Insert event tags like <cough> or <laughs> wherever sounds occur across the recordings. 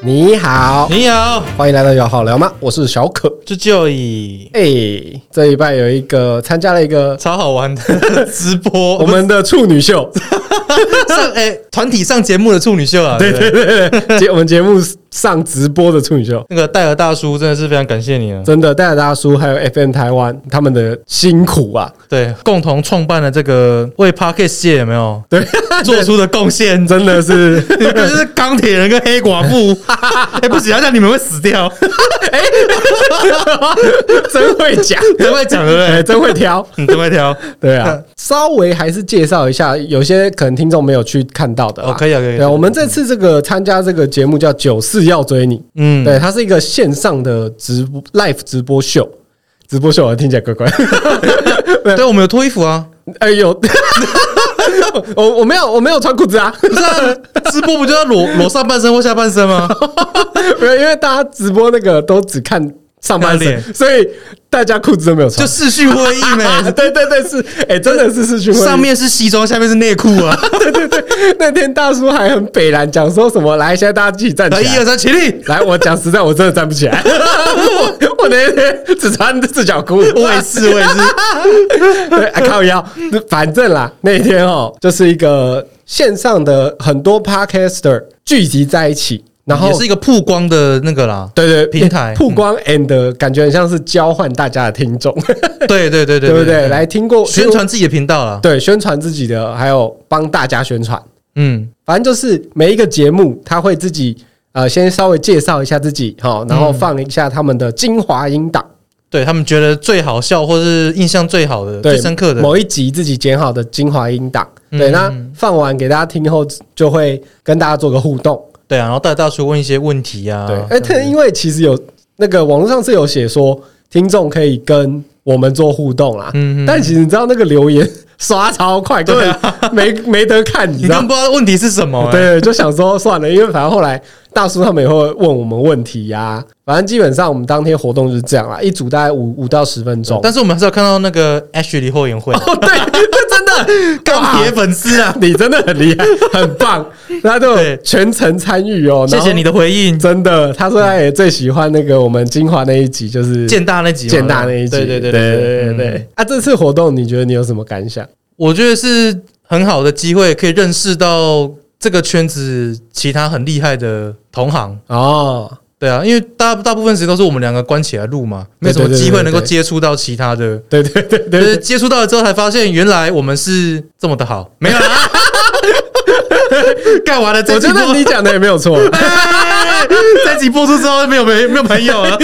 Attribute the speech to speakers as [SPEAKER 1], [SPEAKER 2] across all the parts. [SPEAKER 1] 你好，
[SPEAKER 2] 你好，
[SPEAKER 1] 欢迎来到有好聊吗？我是小可。
[SPEAKER 2] 这就以
[SPEAKER 1] 哎、这一拜有一个参加了一个
[SPEAKER 2] 超好玩的直播，
[SPEAKER 1] 我们的处女秀，
[SPEAKER 2] 上哎团体上节目的处女秀啊，对 <laughs> 不对
[SPEAKER 1] 节我们节目上直播的处女秀，
[SPEAKER 2] 那个戴尔大叔真的是非常感谢你啊，
[SPEAKER 1] 真的戴尔大叔还有 FM 台湾他们的辛苦啊，
[SPEAKER 2] 对，共同创办了这个为 Parkes 界有没 <laughs> 有
[SPEAKER 1] 对，，
[SPEAKER 2] 做出的贡献
[SPEAKER 1] 真的是，
[SPEAKER 2] 你们就是钢铁人跟黑寡妇， <laughs> 哎、不行，这样你们会死掉，
[SPEAKER 1] 真会讲，
[SPEAKER 2] 真会讲对不
[SPEAKER 1] 哎、
[SPEAKER 2] 对？
[SPEAKER 1] 真会挑。
[SPEAKER 2] 你真会挑，
[SPEAKER 1] 对啊，稍微还是介绍一下，有些可能听众没有去看到的啦。
[SPEAKER 2] 哦，可以啊，可以啊，
[SPEAKER 1] 对啊，我们这次这个参加这个节目叫《九四要追你》，
[SPEAKER 2] 嗯，
[SPEAKER 1] 对，它是一个线上的直播 live 直播秀，直播秀啊听起来怪 <laughs> 怪。
[SPEAKER 2] 对，我们有脱衣服啊，
[SPEAKER 1] 哎呦， <laughs> 我我没有我没有穿裤子啊， <laughs>
[SPEAKER 2] 不是啊，直播不就要裸裸上半身或下半身 <laughs> 吗？
[SPEAKER 1] 没有因为大家直播那个都只看上半
[SPEAKER 2] 看
[SPEAKER 1] 身，
[SPEAKER 2] 脸
[SPEAKER 1] 所以大家裤子都没有
[SPEAKER 2] 就
[SPEAKER 1] 穿。
[SPEAKER 2] 视讯会议
[SPEAKER 1] 啊
[SPEAKER 2] 没，
[SPEAKER 1] 对对对，是，哎、真的是是去会。
[SPEAKER 2] 上面是西装，下面是内裤 <laughs> 啊。
[SPEAKER 1] 对对对，那天大叔还很北然讲说什么，来，现在大家自己站
[SPEAKER 2] 来，
[SPEAKER 1] 起
[SPEAKER 2] 一
[SPEAKER 1] 来
[SPEAKER 2] 二。三，起立！
[SPEAKER 1] 来，我讲实在，我真的站不起
[SPEAKER 2] <laughs>
[SPEAKER 1] 来，我我那天只穿四角裤，
[SPEAKER 2] <laughs> 我也是，我也是。
[SPEAKER 1] <laughs> 对，啊靠腰，反正啦，那天哦，就是一个线上的很多 podcaster 聚集在一起，然后
[SPEAKER 2] 也是一个曝光的那个啦。
[SPEAKER 1] 对对
[SPEAKER 2] 平台嗯
[SPEAKER 1] 曝光 and 感觉很像是交换大家的听众，
[SPEAKER 2] 对对对对
[SPEAKER 1] 对不对？来听过
[SPEAKER 2] 宣传自己的频道啦。
[SPEAKER 1] 对宣传自己的，还有帮大家宣传，
[SPEAKER 2] 嗯，
[SPEAKER 1] 反正就是每一个节目他会自己呃先稍微介绍一下自己哈，然
[SPEAKER 2] 嗯
[SPEAKER 1] 后放一下他们的精华音档。
[SPEAKER 2] 对他们觉得最好笑或是印象最好的、
[SPEAKER 1] 对，
[SPEAKER 2] 最深刻的，
[SPEAKER 1] 某一集自己剪好的精华音档。
[SPEAKER 2] 嗯
[SPEAKER 1] 对，那放完给大家听后，就会跟大家做个互动。
[SPEAKER 2] 对啊，然后带大叔问一些问题啊。
[SPEAKER 1] 对，哎，他因为其实有那个网络上是有写说，听众可以跟我们做互动啦。
[SPEAKER 2] 嗯嗯
[SPEAKER 1] 但其实你知道那个留言刷超快，根
[SPEAKER 2] 对
[SPEAKER 1] 本没没得看，你
[SPEAKER 2] 你
[SPEAKER 1] 知
[SPEAKER 2] 根
[SPEAKER 1] 道吗？
[SPEAKER 2] 本不知道问题是什么。哎，
[SPEAKER 1] 对，就想说算了，因为反正后来大叔他们也会问我们问题呀、反正基本上我们当天活动就是这样啦，一组大概五五到十分钟。
[SPEAKER 2] 但是我们还是有看到那个 Ashley
[SPEAKER 1] <laughs>
[SPEAKER 2] 后援会
[SPEAKER 1] 哦， <laughs> 对，这真
[SPEAKER 2] <laughs>
[SPEAKER 1] 的
[SPEAKER 2] 钢铁粉丝啊，
[SPEAKER 1] <laughs> 你真的很厉害，很
[SPEAKER 2] <laughs>
[SPEAKER 1] 棒，他都有
[SPEAKER 2] 对
[SPEAKER 1] 全程参与哦。
[SPEAKER 2] 谢谢你，的回应。
[SPEAKER 1] 真的，他说他也最喜欢那个我们精华那一集，就是
[SPEAKER 2] 建大那集嘛，
[SPEAKER 1] 建大那一集。
[SPEAKER 2] 对对
[SPEAKER 1] 对
[SPEAKER 2] 对
[SPEAKER 1] 对对
[SPEAKER 2] 对嗯
[SPEAKER 1] 对。啊，这次活动你觉得你有什么感想？
[SPEAKER 2] 我觉得是很好的机会，可以认识到这个圈子其他很厉害的同行。
[SPEAKER 1] 哦，
[SPEAKER 2] 对啊，因为大大部分时间都是我们两个关起来录嘛，没
[SPEAKER 1] 对
[SPEAKER 2] 有什么
[SPEAKER 1] 对对
[SPEAKER 2] 机会能够
[SPEAKER 1] 对对
[SPEAKER 2] 接触到其他的。
[SPEAKER 1] 对对对对
[SPEAKER 2] 就
[SPEAKER 1] 对
[SPEAKER 2] 是接触到了之后才发现，原来我们是这么的好，没有啦。 <laughs> 干完了，呃这
[SPEAKER 1] 我
[SPEAKER 2] 集
[SPEAKER 1] 觉
[SPEAKER 2] 播
[SPEAKER 1] 得你讲的也没有错，
[SPEAKER 2] 哎 <laughs> 这集播出之后没有没没有朋友了，啊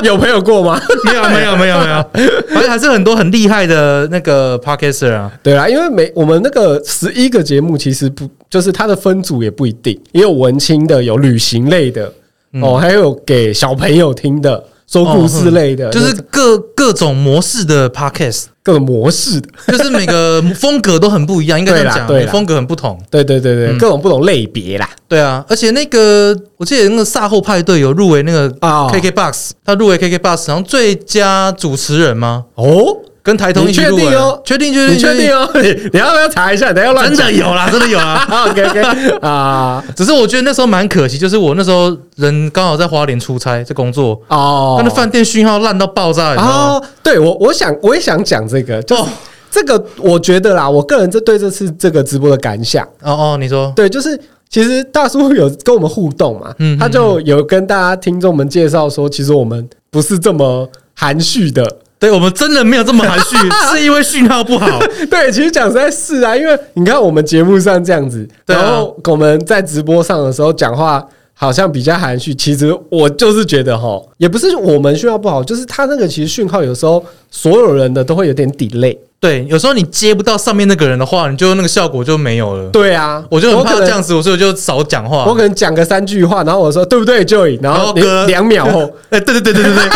[SPEAKER 1] <laughs> 有朋友过吗？
[SPEAKER 2] 没有没有没有没有，反正还是很多很厉害的那个 podcaster 啊，
[SPEAKER 1] 对啊，因为每我们那个十一个节目其实不就是它的分组也不一定，也有文青的，有旅行类的，
[SPEAKER 2] 嗯
[SPEAKER 1] 哦，还有给小朋友听的，说故事类的，
[SPEAKER 2] 哦就是各各种模式的 podcast，
[SPEAKER 1] 各种模式的。
[SPEAKER 2] 就是每个风格都很不一样，应该这样
[SPEAKER 1] 对啦对
[SPEAKER 2] 讲，
[SPEAKER 1] 啦
[SPEAKER 2] 风格很不同。
[SPEAKER 1] 对对对对，各种不同类别啦。
[SPEAKER 2] 对啊，而且那个我记得那个赛后派对有入围那个
[SPEAKER 1] 哦
[SPEAKER 2] KKBOX，他入围 KKBOX，然后最佳主持人吗？
[SPEAKER 1] 哦，
[SPEAKER 2] 跟台通一起入围啊
[SPEAKER 1] 你确定哦
[SPEAKER 2] 确定确定
[SPEAKER 1] 你确定？哦？你 <laughs> 你要不要查一下？等一下乱
[SPEAKER 2] 真
[SPEAKER 1] 讲
[SPEAKER 2] 的。有啦，真的有 <laughs> 啦。
[SPEAKER 1] <laughs> OK OK 啊
[SPEAKER 2] 只是我觉得那时候蛮可惜，就是我那时候人刚好在花莲出差在工作，
[SPEAKER 1] 哦
[SPEAKER 2] 他，那饭店讯号烂到爆炸，你知道吗？
[SPEAKER 1] 哦，对我我想我也想讲这个，就是
[SPEAKER 2] 哦
[SPEAKER 1] 这个我觉得啦，我个人这对这次这个直播的感想，
[SPEAKER 2] 哦哦，你说
[SPEAKER 1] 对，就是其实大叔有跟我们互动嘛，
[SPEAKER 2] 嗯嗯
[SPEAKER 1] 他就有跟大家听众们介绍说，其实我们不是这么含蓄的。
[SPEAKER 2] 对，我们真的没有这么含 <laughs> 蓄，是因为讯号不好。
[SPEAKER 1] <laughs> 对，其实讲实在是啊，因为你看我们节目上这样子，
[SPEAKER 2] 对啊
[SPEAKER 1] 然后我们在直播上的时候讲话好像比较含蓄，其实我就是觉得哈，也不是我们讯号不好，就是他那个其实讯号有时候所有人的都会有点 delay。
[SPEAKER 2] 对，有时候你接不到上面那个人的话，你就那个效果就没有了。
[SPEAKER 1] 对啊，
[SPEAKER 2] 我就很怕
[SPEAKER 1] 可能
[SPEAKER 2] 这样子，我所以我就少讲话。
[SPEAKER 1] 我可能讲个三句话，然后我说对不对，Joy，然
[SPEAKER 2] 然
[SPEAKER 1] 后
[SPEAKER 2] 后
[SPEAKER 1] 你
[SPEAKER 2] 隔
[SPEAKER 1] 两秒
[SPEAKER 2] <laughs>
[SPEAKER 1] 后，
[SPEAKER 2] 哎、对对对对对对，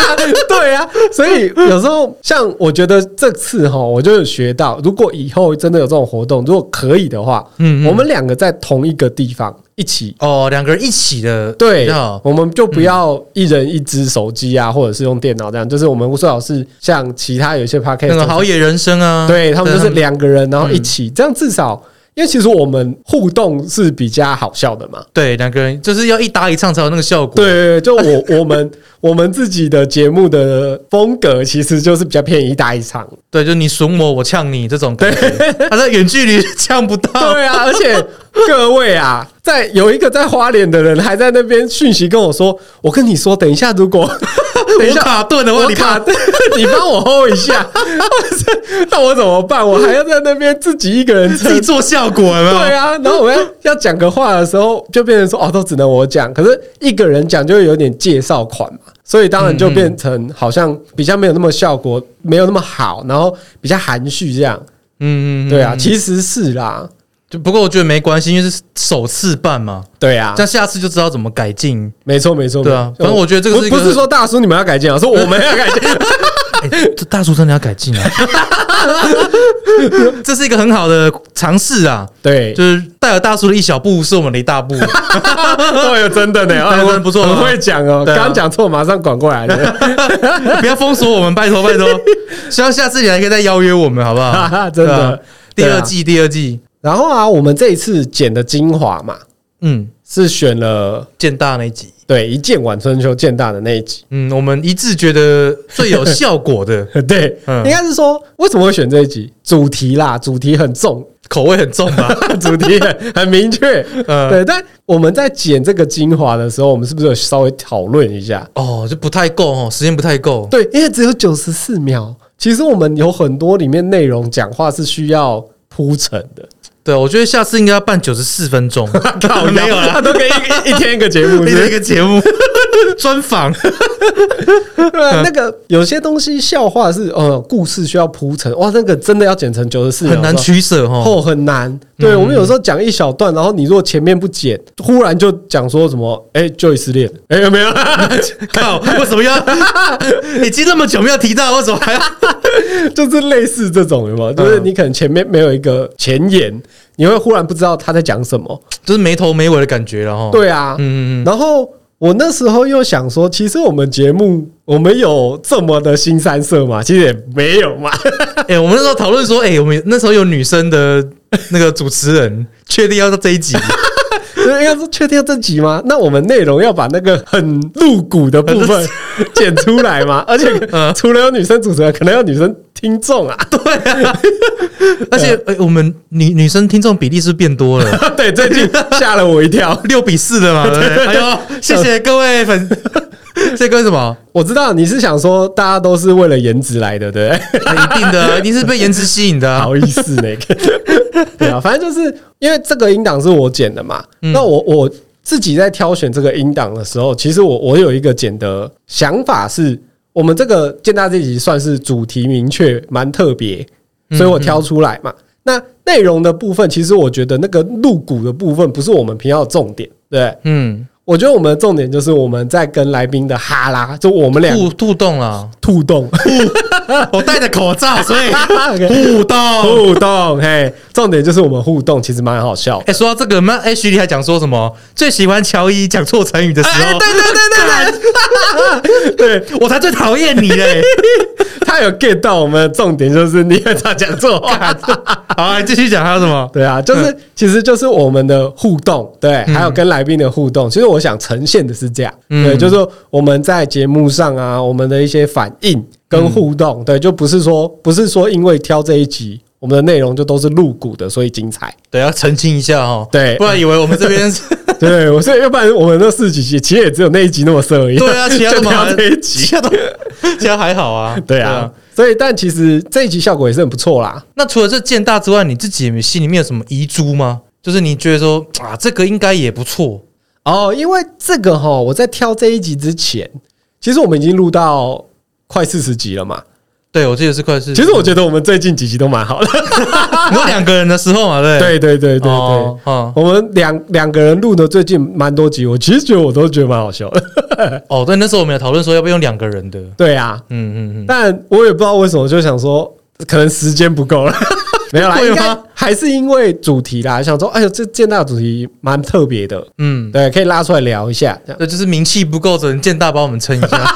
[SPEAKER 1] 对啊，所以有时候像我觉得这次哈，我就有学到，如果以后真的有这种活动，如果可以的话，
[SPEAKER 2] 嗯嗯
[SPEAKER 1] 我们两个在同一个地方一起
[SPEAKER 2] 哦，两个人一起的，
[SPEAKER 1] 对
[SPEAKER 2] 比较好，
[SPEAKER 1] 我们就不要一人一只手机啊，或者是用电脑这样，就是我们最好是像其他有一些 podcast
[SPEAKER 2] 那个好野人生啊，
[SPEAKER 1] 对他们就是
[SPEAKER 2] 两
[SPEAKER 1] 两个人，然后一起，这样至少因为其实我们互动是比较好笑的嘛。
[SPEAKER 2] 对，两个人就是要一搭一唱才有那个效果。
[SPEAKER 1] 对，对对，就我我们 <laughs> 我们自己的节目的风格，其实就是比较偏一搭一唱。
[SPEAKER 2] 对，就你损我，我呛你这种感觉，他在远距离呛不到。
[SPEAKER 1] 对啊，而且各位啊，在有一个在花莲的人还在那边讯息跟我说，我跟你说，等一下如果 <laughs> 等一
[SPEAKER 2] 我
[SPEAKER 1] 下
[SPEAKER 2] 卡顿的话，
[SPEAKER 1] 我
[SPEAKER 2] <laughs> 你
[SPEAKER 1] 卡
[SPEAKER 2] 怕，
[SPEAKER 1] 你帮我 hold 一下， <laughs> 那我怎么办？我还要在那边自己一个人撑
[SPEAKER 2] 自己做效果有没有？
[SPEAKER 1] 对啊，然后我要要讲个话的时候，就变成说哦，都只能我讲。可是一个人讲就会有点介绍款嘛，所以当然
[SPEAKER 2] 嗯
[SPEAKER 1] 就变成好像比较没有那么效果，没有那么好，然后比较含蓄这样。
[SPEAKER 2] 嗯，嗯嗯，
[SPEAKER 1] 对啊，其实是啦，
[SPEAKER 2] 就不过我觉得没关系，因为是首次办嘛，
[SPEAKER 1] 对啊
[SPEAKER 2] 这，样下次就知道怎么改
[SPEAKER 1] <laughs>
[SPEAKER 2] 进。
[SPEAKER 1] 没错没错。
[SPEAKER 2] 对啊
[SPEAKER 1] 没错
[SPEAKER 2] 反正我觉得这个
[SPEAKER 1] 不
[SPEAKER 2] 是一
[SPEAKER 1] 不
[SPEAKER 2] 个
[SPEAKER 1] 是说大叔你们要改进啊，是我们要改进。
[SPEAKER 2] <laughs> 哎这大叔真的要改进啊！ <laughs> 这是一个很好的尝试啊，
[SPEAKER 1] 对，
[SPEAKER 2] 就是戴尔大叔的一小步是我们的一大步。
[SPEAKER 1] 对，有真的呢，
[SPEAKER 2] <laughs>
[SPEAKER 1] 啊
[SPEAKER 2] 真的不错
[SPEAKER 1] 很
[SPEAKER 2] 啊
[SPEAKER 1] 会讲哦。
[SPEAKER 2] 对
[SPEAKER 1] 刚
[SPEAKER 2] 啊
[SPEAKER 1] 刚讲错，马上管过来了，
[SPEAKER 2] 不要封锁我们，拜托拜托！希望下次你还可以再邀约我们，好不
[SPEAKER 1] 哈
[SPEAKER 2] 好？
[SPEAKER 1] 哈，真
[SPEAKER 2] 对啊
[SPEAKER 1] 的。
[SPEAKER 2] 第
[SPEAKER 1] 对
[SPEAKER 2] 二
[SPEAKER 1] 啊
[SPEAKER 2] 季，第二季，
[SPEAKER 1] 然后啊，我们这一次剪的精华嘛，
[SPEAKER 2] 嗯，
[SPEAKER 1] 是选了。
[SPEAKER 2] 建大那一集，
[SPEAKER 1] 对，一剑晚春秋剑大的那一集， <laughs>
[SPEAKER 2] 嗯，我们一致觉得最有效果的
[SPEAKER 1] 对，
[SPEAKER 2] 嗯
[SPEAKER 1] 应该是说为什么会选这一集？主题啦，主题很重， <laughs>
[SPEAKER 2] 口味很重吧？
[SPEAKER 1] 主题很很明确。
[SPEAKER 2] 嗯，
[SPEAKER 1] 对，但我们在剪这个精华的时候，我们是不是有稍微讨论一下？
[SPEAKER 2] 哦，就不太够哦，时间不太够。
[SPEAKER 1] 对，因为只有九十四秒，其实我们有很多里面内容讲话是需要铺陈的。
[SPEAKER 2] 对，我觉得下次应该要办九十四分钟， <laughs> 没
[SPEAKER 1] <laughs>
[SPEAKER 2] 有
[SPEAKER 1] 他
[SPEAKER 2] 啦，
[SPEAKER 1] 都可以一一天一个节目，
[SPEAKER 2] 另
[SPEAKER 1] 是
[SPEAKER 2] <laughs> 一个节目专访。
[SPEAKER 1] 对
[SPEAKER 2] 嗯
[SPEAKER 1] 啊，那个有些东西笑话是呃故事需要铺陈，哇，那个真的要剪成九十四，
[SPEAKER 2] 很难取舍哦。嗯
[SPEAKER 1] 哦，很难。对我们有时候讲一小段，然后你如果前面不剪，忽然就讲说什么，哎，Joy 失恋，哎，有没 <laughs> 有？
[SPEAKER 2] <laughs> 靠，为什么要？ <laughs> 已经那么久没有提到，为什么还要？ <laughs>
[SPEAKER 1] <laughs> 就是类似这种，有没有？就是你可能前面没有一个前言，你会忽然不知道他在讲什么。
[SPEAKER 2] 就是没头没尾的感觉了哈。，
[SPEAKER 1] 对啊，
[SPEAKER 2] 哦嗯嗯嗯，
[SPEAKER 1] 然后。我那时候又想说，其实我们节目我们有这么的新三色嘛？其实也没有嘛。
[SPEAKER 2] <laughs> 哎、我们那时候讨论说，哎、我们那时候有女生的那个主持人，确定要到这一 <laughs> 集，
[SPEAKER 1] 应该说确定要这集吗？那我们内容要把那个很露骨的部分剪出来 <laughs> 吗？而且
[SPEAKER 2] 嗯
[SPEAKER 1] 除了有女生主持人，可能有女生听众啊。
[SPEAKER 2] 而且，哎、我们女女生听众比例是不是变多 <laughs> 了，
[SPEAKER 1] <laughs> 对，最近吓了我一跳。
[SPEAKER 2] 六比四的嘛，对不对？哎呦，谢谢各位粉， <laughs> 谢谢各位什么？
[SPEAKER 1] <laughs> 我知道你是想说大家都是为了颜值来的，对不对？
[SPEAKER 2] 哎一定的，一定是被颜值吸引的、啊。
[SPEAKER 1] 好意思那个， <laughs> 对啊，反正就是因为这个音档是我剪的嘛。那我我自己在挑选这个音档的时候，其实我我有一个剪的想法是，我们这个建大这集算是主题明确，蛮特别，所以我挑出来嘛。那内容的部分，其实我觉得那个露骨的部分不是我们频道的重点，对不对
[SPEAKER 2] 嗯，
[SPEAKER 1] 我觉得我们的重点就是我们在跟来宾的哈拉，就我们俩
[SPEAKER 2] 互互动啊啦，
[SPEAKER 1] 互动。
[SPEAKER 2] <laughs> 我戴着口罩，所以
[SPEAKER 1] <laughs> OK
[SPEAKER 2] 互动。
[SPEAKER 1] 互动，嘿，重点就是我们互动，其实蛮好
[SPEAKER 2] <laughs>
[SPEAKER 1] 笑的。
[SPEAKER 2] <laughs> 哎、说到这个，那哎，徐丽还讲说什么？最喜欢乔伊讲错成语的时候，
[SPEAKER 1] 哎哎对
[SPEAKER 2] 对对 <laughs>
[SPEAKER 1] 对
[SPEAKER 2] 对，我才最讨厌你 <laughs> 嘞。
[SPEAKER 1] 他有 get 到我们的重点，就是你很常讲错话。
[SPEAKER 2] 好，继续讲还有什么？
[SPEAKER 1] 对啊，
[SPEAKER 2] 嗯
[SPEAKER 1] 就是其实就是我们的互动，对，还有跟来宾的互动。其实我想呈现的是这样，
[SPEAKER 2] 嗯
[SPEAKER 1] 对，就是我们在节目上啊，我们的一些反应跟互动，
[SPEAKER 2] 嗯
[SPEAKER 1] 对，就不是说不是说因为挑这一集。我们的内容就都是露骨的，所以精
[SPEAKER 2] <laughs>
[SPEAKER 1] 彩。
[SPEAKER 2] 对，要澄清一下哦，
[SPEAKER 1] 对
[SPEAKER 2] 不然以为我们
[SPEAKER 1] <laughs>
[SPEAKER 2] 这边是
[SPEAKER 1] 对，我所以要不然我们那四集其实也只有那一集那么色而已。
[SPEAKER 2] 对啊，其他
[SPEAKER 1] 就
[SPEAKER 2] 都
[SPEAKER 1] 挑
[SPEAKER 2] 蛮
[SPEAKER 1] 这一集
[SPEAKER 2] 其。他都其他还好啊，
[SPEAKER 1] 对啊，，所以但其实这一集效果也是很不错啦。
[SPEAKER 2] 那除了这建大之外，你自己心里面有什么遗珠吗？就是你觉得说啊，这个应该也不错，
[SPEAKER 1] 哦，因为这个哈，我在挑这一集之前，其实我们已经录到快四十集了嘛。
[SPEAKER 2] 对我记得是快是，
[SPEAKER 1] 其实我觉得我们最近几集都蛮好的。
[SPEAKER 2] 得你说两个人的时候嘛，对不
[SPEAKER 1] 对对对对对，
[SPEAKER 2] 哦哦
[SPEAKER 1] 我们两两个人录的最近蛮多集，我其实觉得我都觉得蛮好笑 <laughs> 的。
[SPEAKER 2] 哦，对，那时候我们有讨论说要不要用两个人的，
[SPEAKER 1] 对啊，
[SPEAKER 2] 嗯嗯嗯，
[SPEAKER 1] 但我也不知道为什么，就想说可能时间不够了。 <laughs> 没有啦，
[SPEAKER 2] 会
[SPEAKER 1] 应
[SPEAKER 2] 吗
[SPEAKER 1] 该还是因为主题啦，想说，哎呦，这建大主题蛮特别的，
[SPEAKER 2] 嗯，
[SPEAKER 1] 对，可以拉出来聊一下，这样。
[SPEAKER 2] 那就是名气不够，只能建大帮我们撑一
[SPEAKER 1] <laughs>
[SPEAKER 2] 下，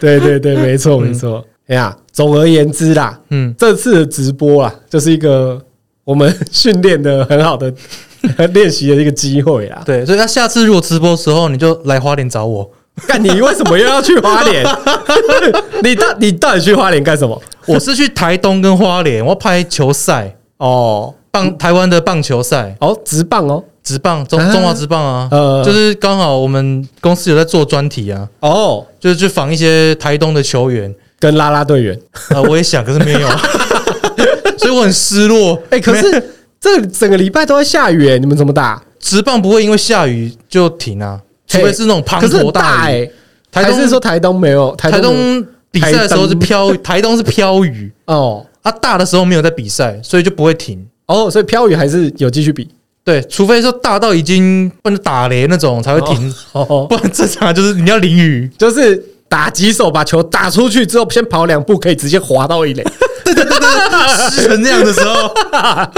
[SPEAKER 1] 对对对，没错没错。哎呀，总而言之啦，
[SPEAKER 2] 嗯，
[SPEAKER 1] 这次的直播啦，就是一个我们 <laughs> 训练的很好的练习的一个机会啦。
[SPEAKER 2] 对，所以他下次如果直播的时候，你就来花莲找我，
[SPEAKER 1] 干，你为什么又要去花
[SPEAKER 2] <laughs>
[SPEAKER 1] 莲？你到你到底去花莲干什么？
[SPEAKER 2] 我是去台东跟花莲，我要拍球赛，
[SPEAKER 1] 哦
[SPEAKER 2] 棒台湾的棒球赛，
[SPEAKER 1] 哦，直棒哦
[SPEAKER 2] 职棒中
[SPEAKER 1] 啊
[SPEAKER 2] 中华职棒啊，
[SPEAKER 1] 呃
[SPEAKER 2] 就是刚好我们公司有在做专题啊，
[SPEAKER 1] 哦，
[SPEAKER 2] 就是去访一些台东的球员
[SPEAKER 1] 跟啦啦队员。
[SPEAKER 2] 啊、我也想，可是没有， <laughs> 所以我很失落。
[SPEAKER 1] 哎、可
[SPEAKER 2] 没有
[SPEAKER 1] 是这整个礼拜都在下雨、哎，你们怎么打？
[SPEAKER 2] 职棒不会因为下雨就停啊，除非是那种滂
[SPEAKER 1] 可是
[SPEAKER 2] 沱
[SPEAKER 1] 很大
[SPEAKER 2] 雨。
[SPEAKER 1] 哎、
[SPEAKER 2] 台
[SPEAKER 1] 还
[SPEAKER 2] 东
[SPEAKER 1] 是说台东没有？台
[SPEAKER 2] 台
[SPEAKER 1] 东没有
[SPEAKER 2] 东比赛的时候
[SPEAKER 1] 台
[SPEAKER 2] 是
[SPEAKER 1] 东
[SPEAKER 2] 飘，台东是飘雨
[SPEAKER 1] 哦
[SPEAKER 2] 啊，大的时候没有在比赛，所以就不会停。
[SPEAKER 1] 哦，所以飘雨还是有继续比
[SPEAKER 2] 对，除非说大到已经不能打雷那种才会停，
[SPEAKER 1] 哦，
[SPEAKER 2] 不然正常就是你要淋雨。
[SPEAKER 1] 就是打几手把球打出去之后，先跑两步，可以直接滑到一垒。
[SPEAKER 2] <laughs> 湿成这样的时候， <laughs>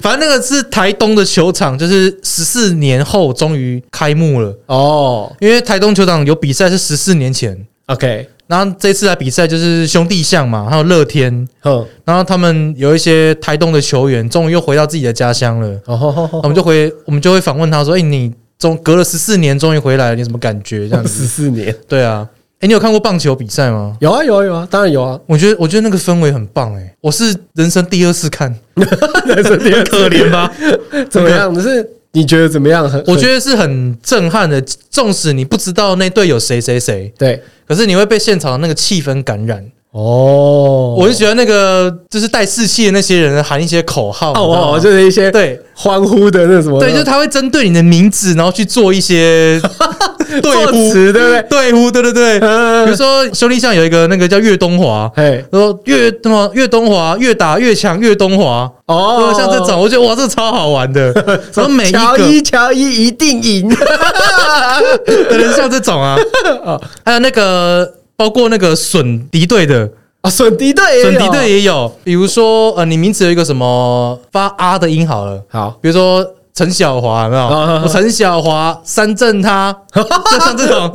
[SPEAKER 2] 反正那个是台东的球场，就是十四年后终于开幕了。
[SPEAKER 1] 哦
[SPEAKER 2] 因为台东球场有比赛是十四年前，
[SPEAKER 1] ，OK，
[SPEAKER 2] 然后这次来比赛就是兄弟象嘛，还有乐天，
[SPEAKER 1] 哼，
[SPEAKER 2] 然后他们有一些台东的球员终于又回到自己的家乡了，
[SPEAKER 1] 哦吼吼吼
[SPEAKER 2] 我们就回我们就会访问他说：“哎、你终隔了十四年终于回来了，你什么感觉？”这样
[SPEAKER 1] 十
[SPEAKER 2] 子，
[SPEAKER 1] 四年，
[SPEAKER 2] 对啊，哎、你有看过棒球比赛吗？
[SPEAKER 1] 有啊有啊有啊，当然有啊，
[SPEAKER 2] 我觉得我觉得那个氛围很棒哎、我是人生第二次看，
[SPEAKER 1] 人生第二次
[SPEAKER 2] 可怜吧？
[SPEAKER 1] 怎么样？就是你觉得怎么样？很
[SPEAKER 2] 我觉得是很震撼的，纵使你不知道那队有谁谁谁，
[SPEAKER 1] 很对
[SPEAKER 2] 可是你会被现场的那个气氛感染。
[SPEAKER 1] 哦
[SPEAKER 2] 我就觉得那个就是带士气的那些人喊一些口号，
[SPEAKER 1] 哦哦，
[SPEAKER 2] 你知道吗
[SPEAKER 1] 就是一些
[SPEAKER 2] 对
[SPEAKER 1] 欢呼的那什么，
[SPEAKER 2] 对，就是他会针对你的名字，然后去做
[SPEAKER 1] <laughs>
[SPEAKER 2] 一些对
[SPEAKER 1] 作
[SPEAKER 2] 呼，
[SPEAKER 1] 词，对不对？
[SPEAKER 2] 对呼，对对对。比如
[SPEAKER 1] 嗯，
[SPEAKER 2] 说兄弟像有一个那个叫岳东华，
[SPEAKER 1] 哎
[SPEAKER 2] 然后岳什么岳东华越打越强，岳东华，
[SPEAKER 1] 哦
[SPEAKER 2] 对，像这种，我觉得哇，这超好
[SPEAKER 1] <laughs>
[SPEAKER 2] 玩的。然后每一
[SPEAKER 1] 乔
[SPEAKER 2] 个
[SPEAKER 1] 伊乔伊一定赢，
[SPEAKER 2] <laughs> 可能像这
[SPEAKER 1] <laughs>
[SPEAKER 2] 种啊，
[SPEAKER 1] 哦
[SPEAKER 2] 还有那个包括那个损敌队的，
[SPEAKER 1] 啊，损敌队也有
[SPEAKER 2] 损敌队也有，比如说呃，你名字有一个什么发 R 的音好了，
[SPEAKER 1] 好
[SPEAKER 2] 比如说陈小华，有没有？
[SPEAKER 1] 啊啊啊
[SPEAKER 2] 我陈小华三
[SPEAKER 1] <laughs>
[SPEAKER 2] 振他，就像这种，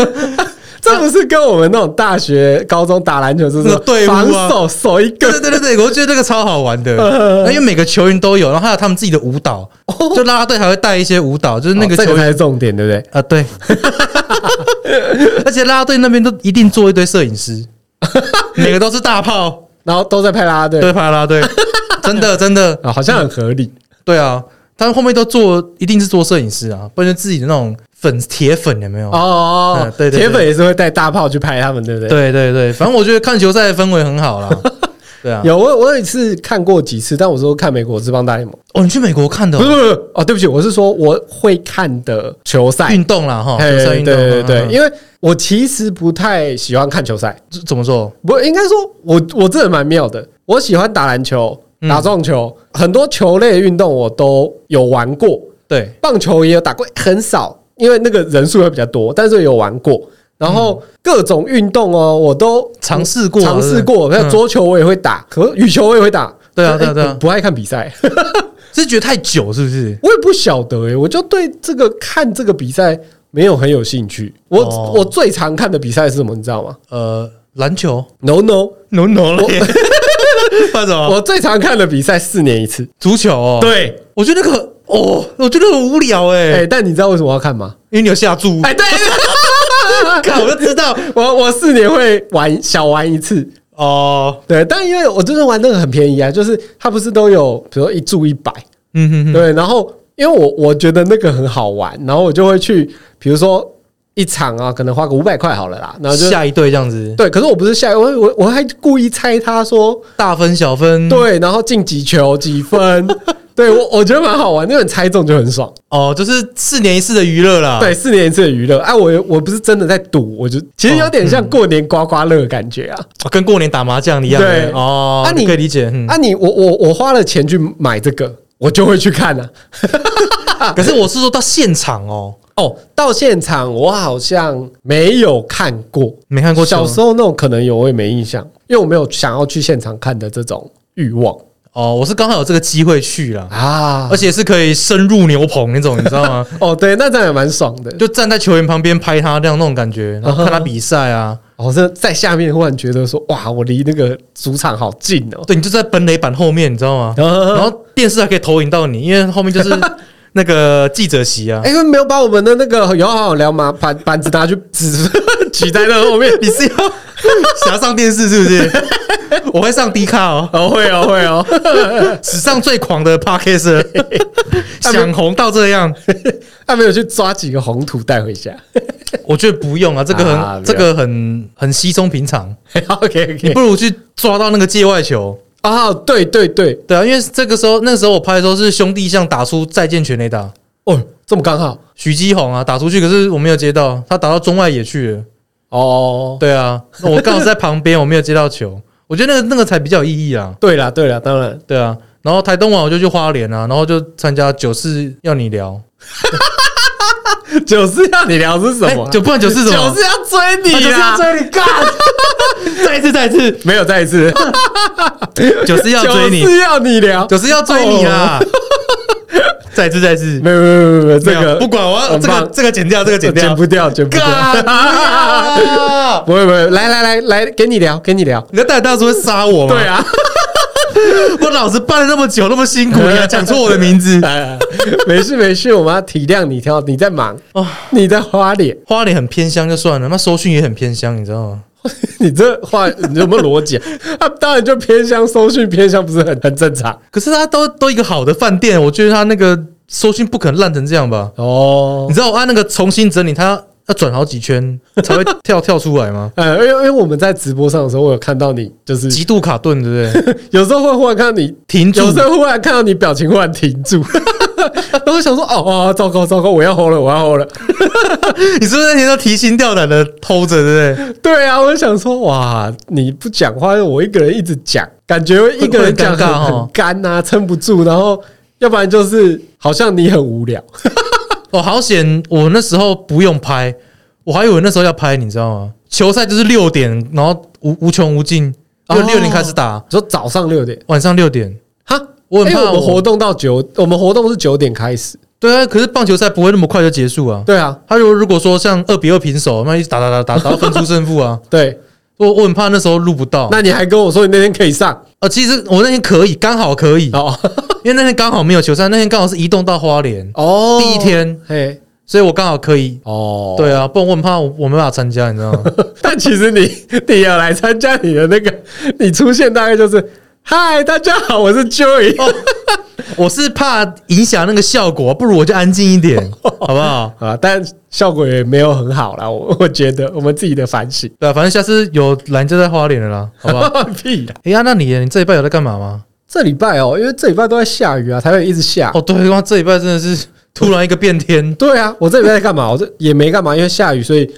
[SPEAKER 1] 这不是跟我们那种大学、高中打篮球是
[SPEAKER 2] 那
[SPEAKER 1] 说
[SPEAKER 2] 个队伍啊
[SPEAKER 1] 防守守一
[SPEAKER 2] 对
[SPEAKER 1] 个，
[SPEAKER 2] 对对对对，我觉得这个超好玩的，
[SPEAKER 1] 呃
[SPEAKER 2] 那因为每个球员都有，然后还有他们自己的舞蹈，就啦啦队还会带一些舞蹈，就是那个
[SPEAKER 1] 哦这
[SPEAKER 2] 球
[SPEAKER 1] 个
[SPEAKER 2] 员。
[SPEAKER 1] 才是重点，对不对？
[SPEAKER 2] 啊，
[SPEAKER 1] <laughs>
[SPEAKER 2] 对，而且啦啦队那边都一定做一堆摄
[SPEAKER 1] <laughs>
[SPEAKER 2] 影师，每个都是大炮，
[SPEAKER 1] 然后都在拍啦啦队
[SPEAKER 2] 对帕拉
[SPEAKER 1] <laughs>
[SPEAKER 2] 对，真的真的，
[SPEAKER 1] 啊，好像很合理
[SPEAKER 2] 对啊，他们后面都做，一定是做摄影师啊，不然就自己的那种粉铁粉有没有？
[SPEAKER 1] 哦哦哦
[SPEAKER 2] 嗯，对对对
[SPEAKER 1] 铁粉也是会带大炮去拍他们，对不对？
[SPEAKER 2] 对对对，反正我觉得看球赛的氛围很
[SPEAKER 1] <laughs>
[SPEAKER 2] 好啦。对啊，
[SPEAKER 1] 有我我有一次看过几次，但我说看美国职棒大联盟，
[SPEAKER 2] 哦，你去美国看的
[SPEAKER 1] 不是
[SPEAKER 2] 哦
[SPEAKER 1] 不是不是哦，对不起，我是说我会看的球赛，
[SPEAKER 2] 运动啦哈，
[SPEAKER 1] 嘿
[SPEAKER 2] 球赛
[SPEAKER 1] 对
[SPEAKER 2] 运动，
[SPEAKER 1] 对对
[SPEAKER 2] 嗯
[SPEAKER 1] 对，因为我其实不太喜欢看球赛，
[SPEAKER 2] 这怎么说？
[SPEAKER 1] 不应该说我我这人蛮妙的，我喜欢打篮球、
[SPEAKER 2] 嗯
[SPEAKER 1] 打撞球，很多球类运动我都有玩过，
[SPEAKER 2] 对，
[SPEAKER 1] 棒球也有打过，很少，因为那个人数会比较多，但是有玩过。然后各种运动哦，我都
[SPEAKER 2] 嗯尝试过
[SPEAKER 1] 尝试过。
[SPEAKER 2] 对不对嗯
[SPEAKER 1] 像桌球我也会打，可羽球我也会打。
[SPEAKER 2] 对啊
[SPEAKER 1] 可
[SPEAKER 2] 对啊
[SPEAKER 1] 哎
[SPEAKER 2] 对啊
[SPEAKER 1] 我不爱看比赛， <laughs>
[SPEAKER 2] 是觉得太久是不是？
[SPEAKER 1] 我也不晓得诶，我就对这个看这个比赛没有很有兴趣。我
[SPEAKER 2] 哦
[SPEAKER 1] 我最常看的比赛是什么？你知道吗
[SPEAKER 2] 呃，篮球
[SPEAKER 1] ？No No，
[SPEAKER 2] ，no no <laughs> 嘞，发什么？
[SPEAKER 1] 我最常看的比赛四年一次。
[SPEAKER 2] 足球哦，，
[SPEAKER 1] 对，
[SPEAKER 2] 我觉得那个哦，我觉得很无聊哎，
[SPEAKER 1] 哎，但你知道为什么要看吗？
[SPEAKER 2] 因为你有下
[SPEAKER 1] <laughs>
[SPEAKER 2] 注，
[SPEAKER 1] 哎，对，
[SPEAKER 2] 看我就知道
[SPEAKER 1] <laughs> 我我四年会玩小玩一次，
[SPEAKER 2] <laughs> 哦，
[SPEAKER 1] 对，但因为我就是玩那个很便宜啊，就是它不是都有，比如说一注一百，
[SPEAKER 2] 嗯哼哼。
[SPEAKER 1] 对，然后因为我我觉得那个很好玩，然后我就会去，比如说一场啊，可能花个五百块好了啦，然后就
[SPEAKER 2] 下一队这样子，
[SPEAKER 1] 对，可是我不是下，我我我还故意猜他说
[SPEAKER 2] 大分小分，
[SPEAKER 1] 对，然后进几球几 <laughs> 分，对我我觉得蛮好玩，那种猜中就很爽。
[SPEAKER 2] 哦，就是四年一次的娱乐啦。
[SPEAKER 1] 对，，四年一次的娱乐，啊，我我不是真的在赌，我就其实有点像过年刮刮乐的感觉啊。
[SPEAKER 2] 哦跟过年打麻将一样。
[SPEAKER 1] 对
[SPEAKER 2] 欸哦，
[SPEAKER 1] 啊
[SPEAKER 2] 你
[SPEAKER 1] 你
[SPEAKER 2] 可以理解。嗯
[SPEAKER 1] 啊，你我我我花了钱去买这个，我就会去看啊。
[SPEAKER 2] 可是我是说到现场哦，
[SPEAKER 1] 哦，到现场我好像没有看过，
[SPEAKER 2] 没看过
[SPEAKER 1] 我
[SPEAKER 2] 球
[SPEAKER 1] 小时候那种可能有，我也没印象，因为我没有想要去现场看的这种欲望。
[SPEAKER 2] 哦，我是刚好有这个机会去啦，
[SPEAKER 1] 啊
[SPEAKER 2] 而！且是可以深入牛棚那种，你知道
[SPEAKER 1] <laughs>
[SPEAKER 2] 吗？
[SPEAKER 1] 哦，对，那这样也蛮爽的。
[SPEAKER 2] 就站在球员旁边拍他这样那种感觉，然后看他比赛啊，
[SPEAKER 1] 哦，这在下面忽然觉得说，哇，我离那个主场好近哦。
[SPEAKER 2] 对你就在本垒板后面，你知道吗？然
[SPEAKER 1] 然
[SPEAKER 2] 后电视还可以投影到你，因为后
[SPEAKER 1] <laughs>
[SPEAKER 2] 面就是那个记者席啊。
[SPEAKER 1] 哎、为没有把我们的那个友好聊嘛板板子拿去 <laughs> 指举在那后面。
[SPEAKER 2] 你 <laughs> 是要想要上电视是不是？ <laughs> 我会上 D 卡哦，
[SPEAKER 1] 哦，会哦，会哦， <laughs>
[SPEAKER 2] 史上最狂的 <laughs> Parkes，想红到这 <laughs> 样，
[SPEAKER 1] 他啊没有去抓几个红土带回家。 <laughs>
[SPEAKER 2] 我觉得不用啊，这个很、
[SPEAKER 1] 啊
[SPEAKER 2] 这个很很稀松平常，
[SPEAKER 1] OK
[SPEAKER 2] 你
[SPEAKER 1] OK，
[SPEAKER 2] 不如去抓到那个界外球。
[SPEAKER 1] 哦，对对对，
[SPEAKER 2] 对啊，因为这个时候那时候我拍的时候是兄弟像打出再见全垒打，
[SPEAKER 1] 哦，这么刚好
[SPEAKER 2] 许基宏啊打出去，可是我没有接到，他打到中外野去了。
[SPEAKER 1] 哦。
[SPEAKER 2] 对啊，那我刚好在旁边，我没有接到球，我觉得那个那个才比较有意义啊。
[SPEAKER 1] 对啦对啦，当然，
[SPEAKER 2] 对啊，然后台东完我就去花莲啊，然后就参加九四要你聊，
[SPEAKER 1] 九四要你聊是什么啊？
[SPEAKER 2] 哎九不然九四什么
[SPEAKER 1] 九四要追
[SPEAKER 2] 啊
[SPEAKER 1] 你
[SPEAKER 2] 九四
[SPEAKER 1] 啦！
[SPEAKER 2] 要追你，干！再一次，再一次，
[SPEAKER 1] <laughs> 没有再一次，
[SPEAKER 2] 九四要追你
[SPEAKER 1] 九，四要你聊，
[SPEAKER 2] 九四要追你啦！ <laughs> 再一次，再一次，
[SPEAKER 1] 没有没有没有哦没有，这
[SPEAKER 2] 没有
[SPEAKER 1] 个
[SPEAKER 2] 不管我要，
[SPEAKER 1] 很
[SPEAKER 2] 这个
[SPEAKER 1] 棒
[SPEAKER 2] 这个剪掉，这个剪掉
[SPEAKER 1] 剪，不掉，剪不掉。<laughs>
[SPEAKER 2] <laughs> 干！啊
[SPEAKER 1] 不会不会，来来来来，给你聊，给你聊。
[SPEAKER 2] 你的戴大叔会杀我吗？
[SPEAKER 1] 对，啊，，
[SPEAKER 2] 我老子办了那么久，那么辛苦，你还讲错我的名字
[SPEAKER 1] <laughs> <laughs> 哎没事没事，我们要体谅你，挑你在忙
[SPEAKER 2] 哦，
[SPEAKER 1] 你在花脸，
[SPEAKER 2] 花莲很偏乡就算了，那收讯也很偏乡，你知道吗？
[SPEAKER 1] <laughs> 你这话有没有逻辑啊？ <laughs> 啊，当然就偏向收讯偏向，不是很很正常
[SPEAKER 2] 可是他都都一个好的饭店，我觉得他那个收讯不可能烂成这样吧？
[SPEAKER 1] 哦
[SPEAKER 2] 你。知道啊他那个重新整理，他要要转好几圈 <laughs> 才会跳跳出来吗？
[SPEAKER 1] 呃，因为因为我们在直播上的时候，我有看到你，就是
[SPEAKER 2] 极度卡顿，对不对？
[SPEAKER 1] 有时候会忽然看到你
[SPEAKER 2] 停住
[SPEAKER 1] 有时候忽然看到你表情忽然停住， <laughs> 然后我想说，哦哦，糟糕糟糕，我要吼了，我要吼了。
[SPEAKER 2] 你是不是那天都提心吊胆的偷着，对不对？
[SPEAKER 1] 对啊，我就想说，哇，你不讲话，我一个人一直讲，感觉一个人讲
[SPEAKER 2] 会会很尴尬
[SPEAKER 1] 很
[SPEAKER 2] 哦
[SPEAKER 1] 很干啊，撑不住，然后要不然就是好像你很无聊。
[SPEAKER 2] 哦，好险！我那时候不用拍，我还以为那时候要拍，你知道吗？球赛就是六点，然后无无穷无尽，就
[SPEAKER 1] 哦
[SPEAKER 2] 六点开始打，
[SPEAKER 1] 你说早上六点，
[SPEAKER 2] 晚上六点。
[SPEAKER 1] 哈，
[SPEAKER 2] 我很
[SPEAKER 1] 因为
[SPEAKER 2] 怕
[SPEAKER 1] 哎
[SPEAKER 2] 哦
[SPEAKER 1] 我们
[SPEAKER 2] 我
[SPEAKER 1] 活动到九，我们活动是九点开始。
[SPEAKER 2] 对啊，可是棒球赛不会那么快就结束啊。
[SPEAKER 1] 对啊，
[SPEAKER 2] 他如果如果说像二比二平手，那一直打打打打打到分出胜负啊， <laughs>
[SPEAKER 1] 对，
[SPEAKER 2] 我我很怕那时候录不到。
[SPEAKER 1] 那你还跟我说你那天可以上
[SPEAKER 2] 呃，其实我那天可以，刚好可以，
[SPEAKER 1] 哦
[SPEAKER 2] 因为那天刚好没有球赛，那天刚好是移动到花莲，
[SPEAKER 1] <laughs> 哦
[SPEAKER 2] 第一，天，
[SPEAKER 1] 嘿，
[SPEAKER 2] 所以我刚好可以。
[SPEAKER 1] 哦，
[SPEAKER 2] 对啊，不然我很怕我我没办法参加，你知道吗？
[SPEAKER 1] 但其实你 <laughs> 你有来参加你的那个，你出现大概就是嗨，大家好，我是 Joy。
[SPEAKER 2] 哦我是怕影响那个效果，不如我就安静一 <laughs> 点，好不好？
[SPEAKER 1] 啊，但效果也没有很好啦，我我觉得我们自己的反省，
[SPEAKER 2] 对啊，反正下次有蓝就在花莲了啦，好不 <laughs> 好？
[SPEAKER 1] 屁啦！
[SPEAKER 2] 哎呀，那你你这一拜有在干嘛吗？
[SPEAKER 1] 这礼拜哦，因为这礼拜都在下雨啊，台北一直下。
[SPEAKER 2] 哦，对，哇，这一拜真的是突然一个变天，
[SPEAKER 1] 对啊，我这礼拜在干嘛？我这也没干嘛，因为下雨，所以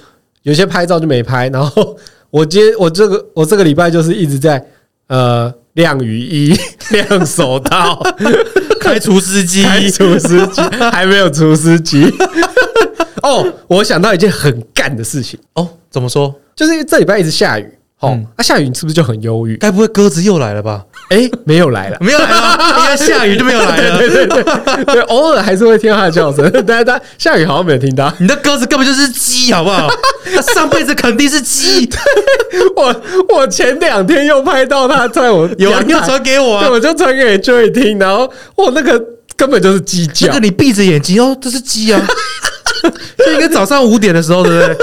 [SPEAKER 1] 有些拍照就没拍。然后 <laughs> 我今天我这个我这个礼拜就是一直在呃晾雨衣、 <laughs> 晾手
[SPEAKER 2] <laughs>
[SPEAKER 1] 套、
[SPEAKER 2] <laughs> 开除司机，
[SPEAKER 1] 开除司机， <laughs> 还没有除司机。 <laughs> 哦，我想到一件很干的事情，
[SPEAKER 2] 哦，怎么说？
[SPEAKER 1] 就是这礼拜一直下雨。哦，
[SPEAKER 2] 嗯
[SPEAKER 1] 啊，下雨你是不是就很忧郁？ <laughs>
[SPEAKER 2] 该不会鸽子又来了吧？
[SPEAKER 1] 哎、没有来了。
[SPEAKER 2] 没有来 <laughs> 啊，因为下雨就没有来了。
[SPEAKER 1] <laughs> 对对对对，对，偶尔还是会听到它的叫声， <laughs> 但是它下雨好像没有听到。
[SPEAKER 2] 你的鸽子根本就是鸡，好不 <laughs> 好？它上辈子肯定是鸡，
[SPEAKER 1] 我我前两天又拍到它在我
[SPEAKER 2] 有啊， <laughs>
[SPEAKER 1] 阳
[SPEAKER 2] 你有
[SPEAKER 1] 台
[SPEAKER 2] 传给我
[SPEAKER 1] 对，
[SPEAKER 2] 啊。
[SPEAKER 1] 我就传给 Joy 听，然后我那个根本就是鸡
[SPEAKER 2] 这
[SPEAKER 1] 叫
[SPEAKER 2] 个，你闭着眼睛哦，这是鸡 <laughs> 啊，就应该早上五点的时候，对不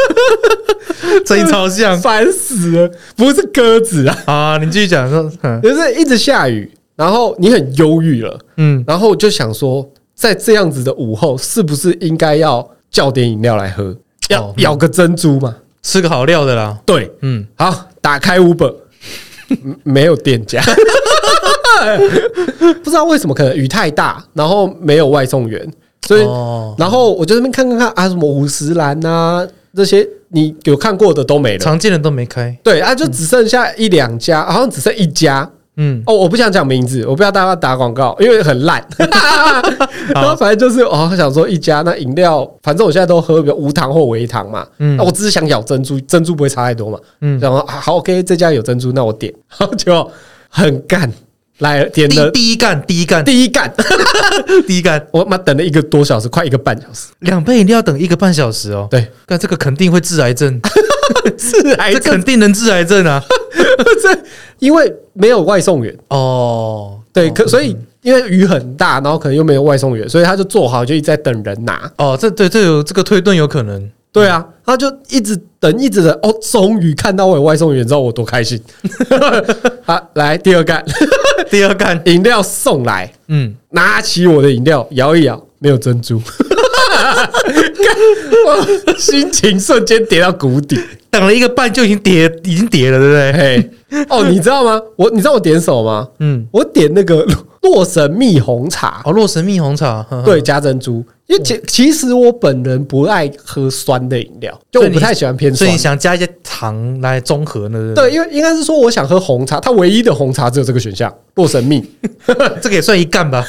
[SPEAKER 2] <laughs> 对？声音超像
[SPEAKER 1] 烦死了，不是鸽子 <laughs> 啊，
[SPEAKER 2] 啊！你继续讲说，嗯
[SPEAKER 1] 就是一直下雨，然后你很忧郁了，
[SPEAKER 2] 嗯，
[SPEAKER 1] 然后我就想说，在这样子的午后，是不是应该要叫点饮料来喝，要
[SPEAKER 2] 哦
[SPEAKER 1] 咬个珍珠嘛？
[SPEAKER 2] 吃个好料的啦，
[SPEAKER 1] 嗯对，
[SPEAKER 2] 嗯，
[SPEAKER 1] 好，打开 Uber，嗯 <laughs> 没有店家， <laughs> 不知道为什么，可能雨太大，然后没有外送员，所以，
[SPEAKER 2] 哦
[SPEAKER 1] 然后我就在那边看看看啊，什么五十岚啊这些，你有看过的都没了。
[SPEAKER 2] 常见的都没开，
[SPEAKER 1] 对啊，就只剩下一两家，好像只剩一家
[SPEAKER 2] 嗯，
[SPEAKER 1] 哦。我不想讲名字，我不要大家打广告，因为很
[SPEAKER 2] <laughs>
[SPEAKER 1] 烂。然后反正就是，哦，想说一家那饮料，反正我现在都喝个无糖或微糖嘛。
[SPEAKER 2] 嗯
[SPEAKER 1] 嗯，我只是想咬珍珠，珍珠不会差太多嘛。
[SPEAKER 2] 嗯
[SPEAKER 1] 嗯，然后啊好，OK，这家有珍珠，那我点。然后就很干，来点
[SPEAKER 2] 第
[SPEAKER 1] 了
[SPEAKER 2] 第一干，第一干，
[SPEAKER 1] 第一干， <laughs>
[SPEAKER 2] 第一干，
[SPEAKER 1] 我妈等了一个多小时，快一个半小时。
[SPEAKER 2] 两杯饮料等一个半小时哦。
[SPEAKER 1] 对，
[SPEAKER 2] 但这个肯定会致癌症，
[SPEAKER 1] 是癌
[SPEAKER 2] <laughs> 这
[SPEAKER 1] 症
[SPEAKER 2] 肯，定能致癌症啊。
[SPEAKER 1] <laughs> 这因为没有外送员，
[SPEAKER 2] <laughs> 哦，
[SPEAKER 1] 对，
[SPEAKER 2] 哦
[SPEAKER 1] 可所以因为雨很大，然后可能又没有外送员，所以他就做好就一直在等人拿。
[SPEAKER 2] 哦，这对这有这个推论有可能。
[SPEAKER 1] 对啊，他就一直等，一直等，哦，终于看到我有外送员，你知道我多开心。 <laughs> 好，来第二干，
[SPEAKER 2] <laughs> 第二干，
[SPEAKER 1] 饮料送来，
[SPEAKER 2] 嗯，
[SPEAKER 1] 拿起我的饮料摇一摇，没有珍珠， <laughs> 干我心情瞬间跌到谷底。
[SPEAKER 2] 等了一个半就已经跌，已经跌了，对不对？
[SPEAKER 1] 嘿，哦，你知道吗？我你知道我点什么吗？
[SPEAKER 2] 嗯，
[SPEAKER 1] 我点那个洛神蜜红茶，
[SPEAKER 2] 哦，洛神蜜红茶，呵呵 <laughs>
[SPEAKER 1] 对，，加珍珠。因为其其实我本人不爱喝酸的饮料，就
[SPEAKER 2] 所以
[SPEAKER 1] 我
[SPEAKER 2] 你
[SPEAKER 1] 不太喜欢偏
[SPEAKER 2] 所
[SPEAKER 1] 酸
[SPEAKER 2] 以你。想加一些糖来综合呢？
[SPEAKER 1] 对，，因为应该是说我想喝红茶，它唯一的红茶只有这个选项洛神蜜。 <laughs>
[SPEAKER 2] 这个也算一干 <laughs> 吧。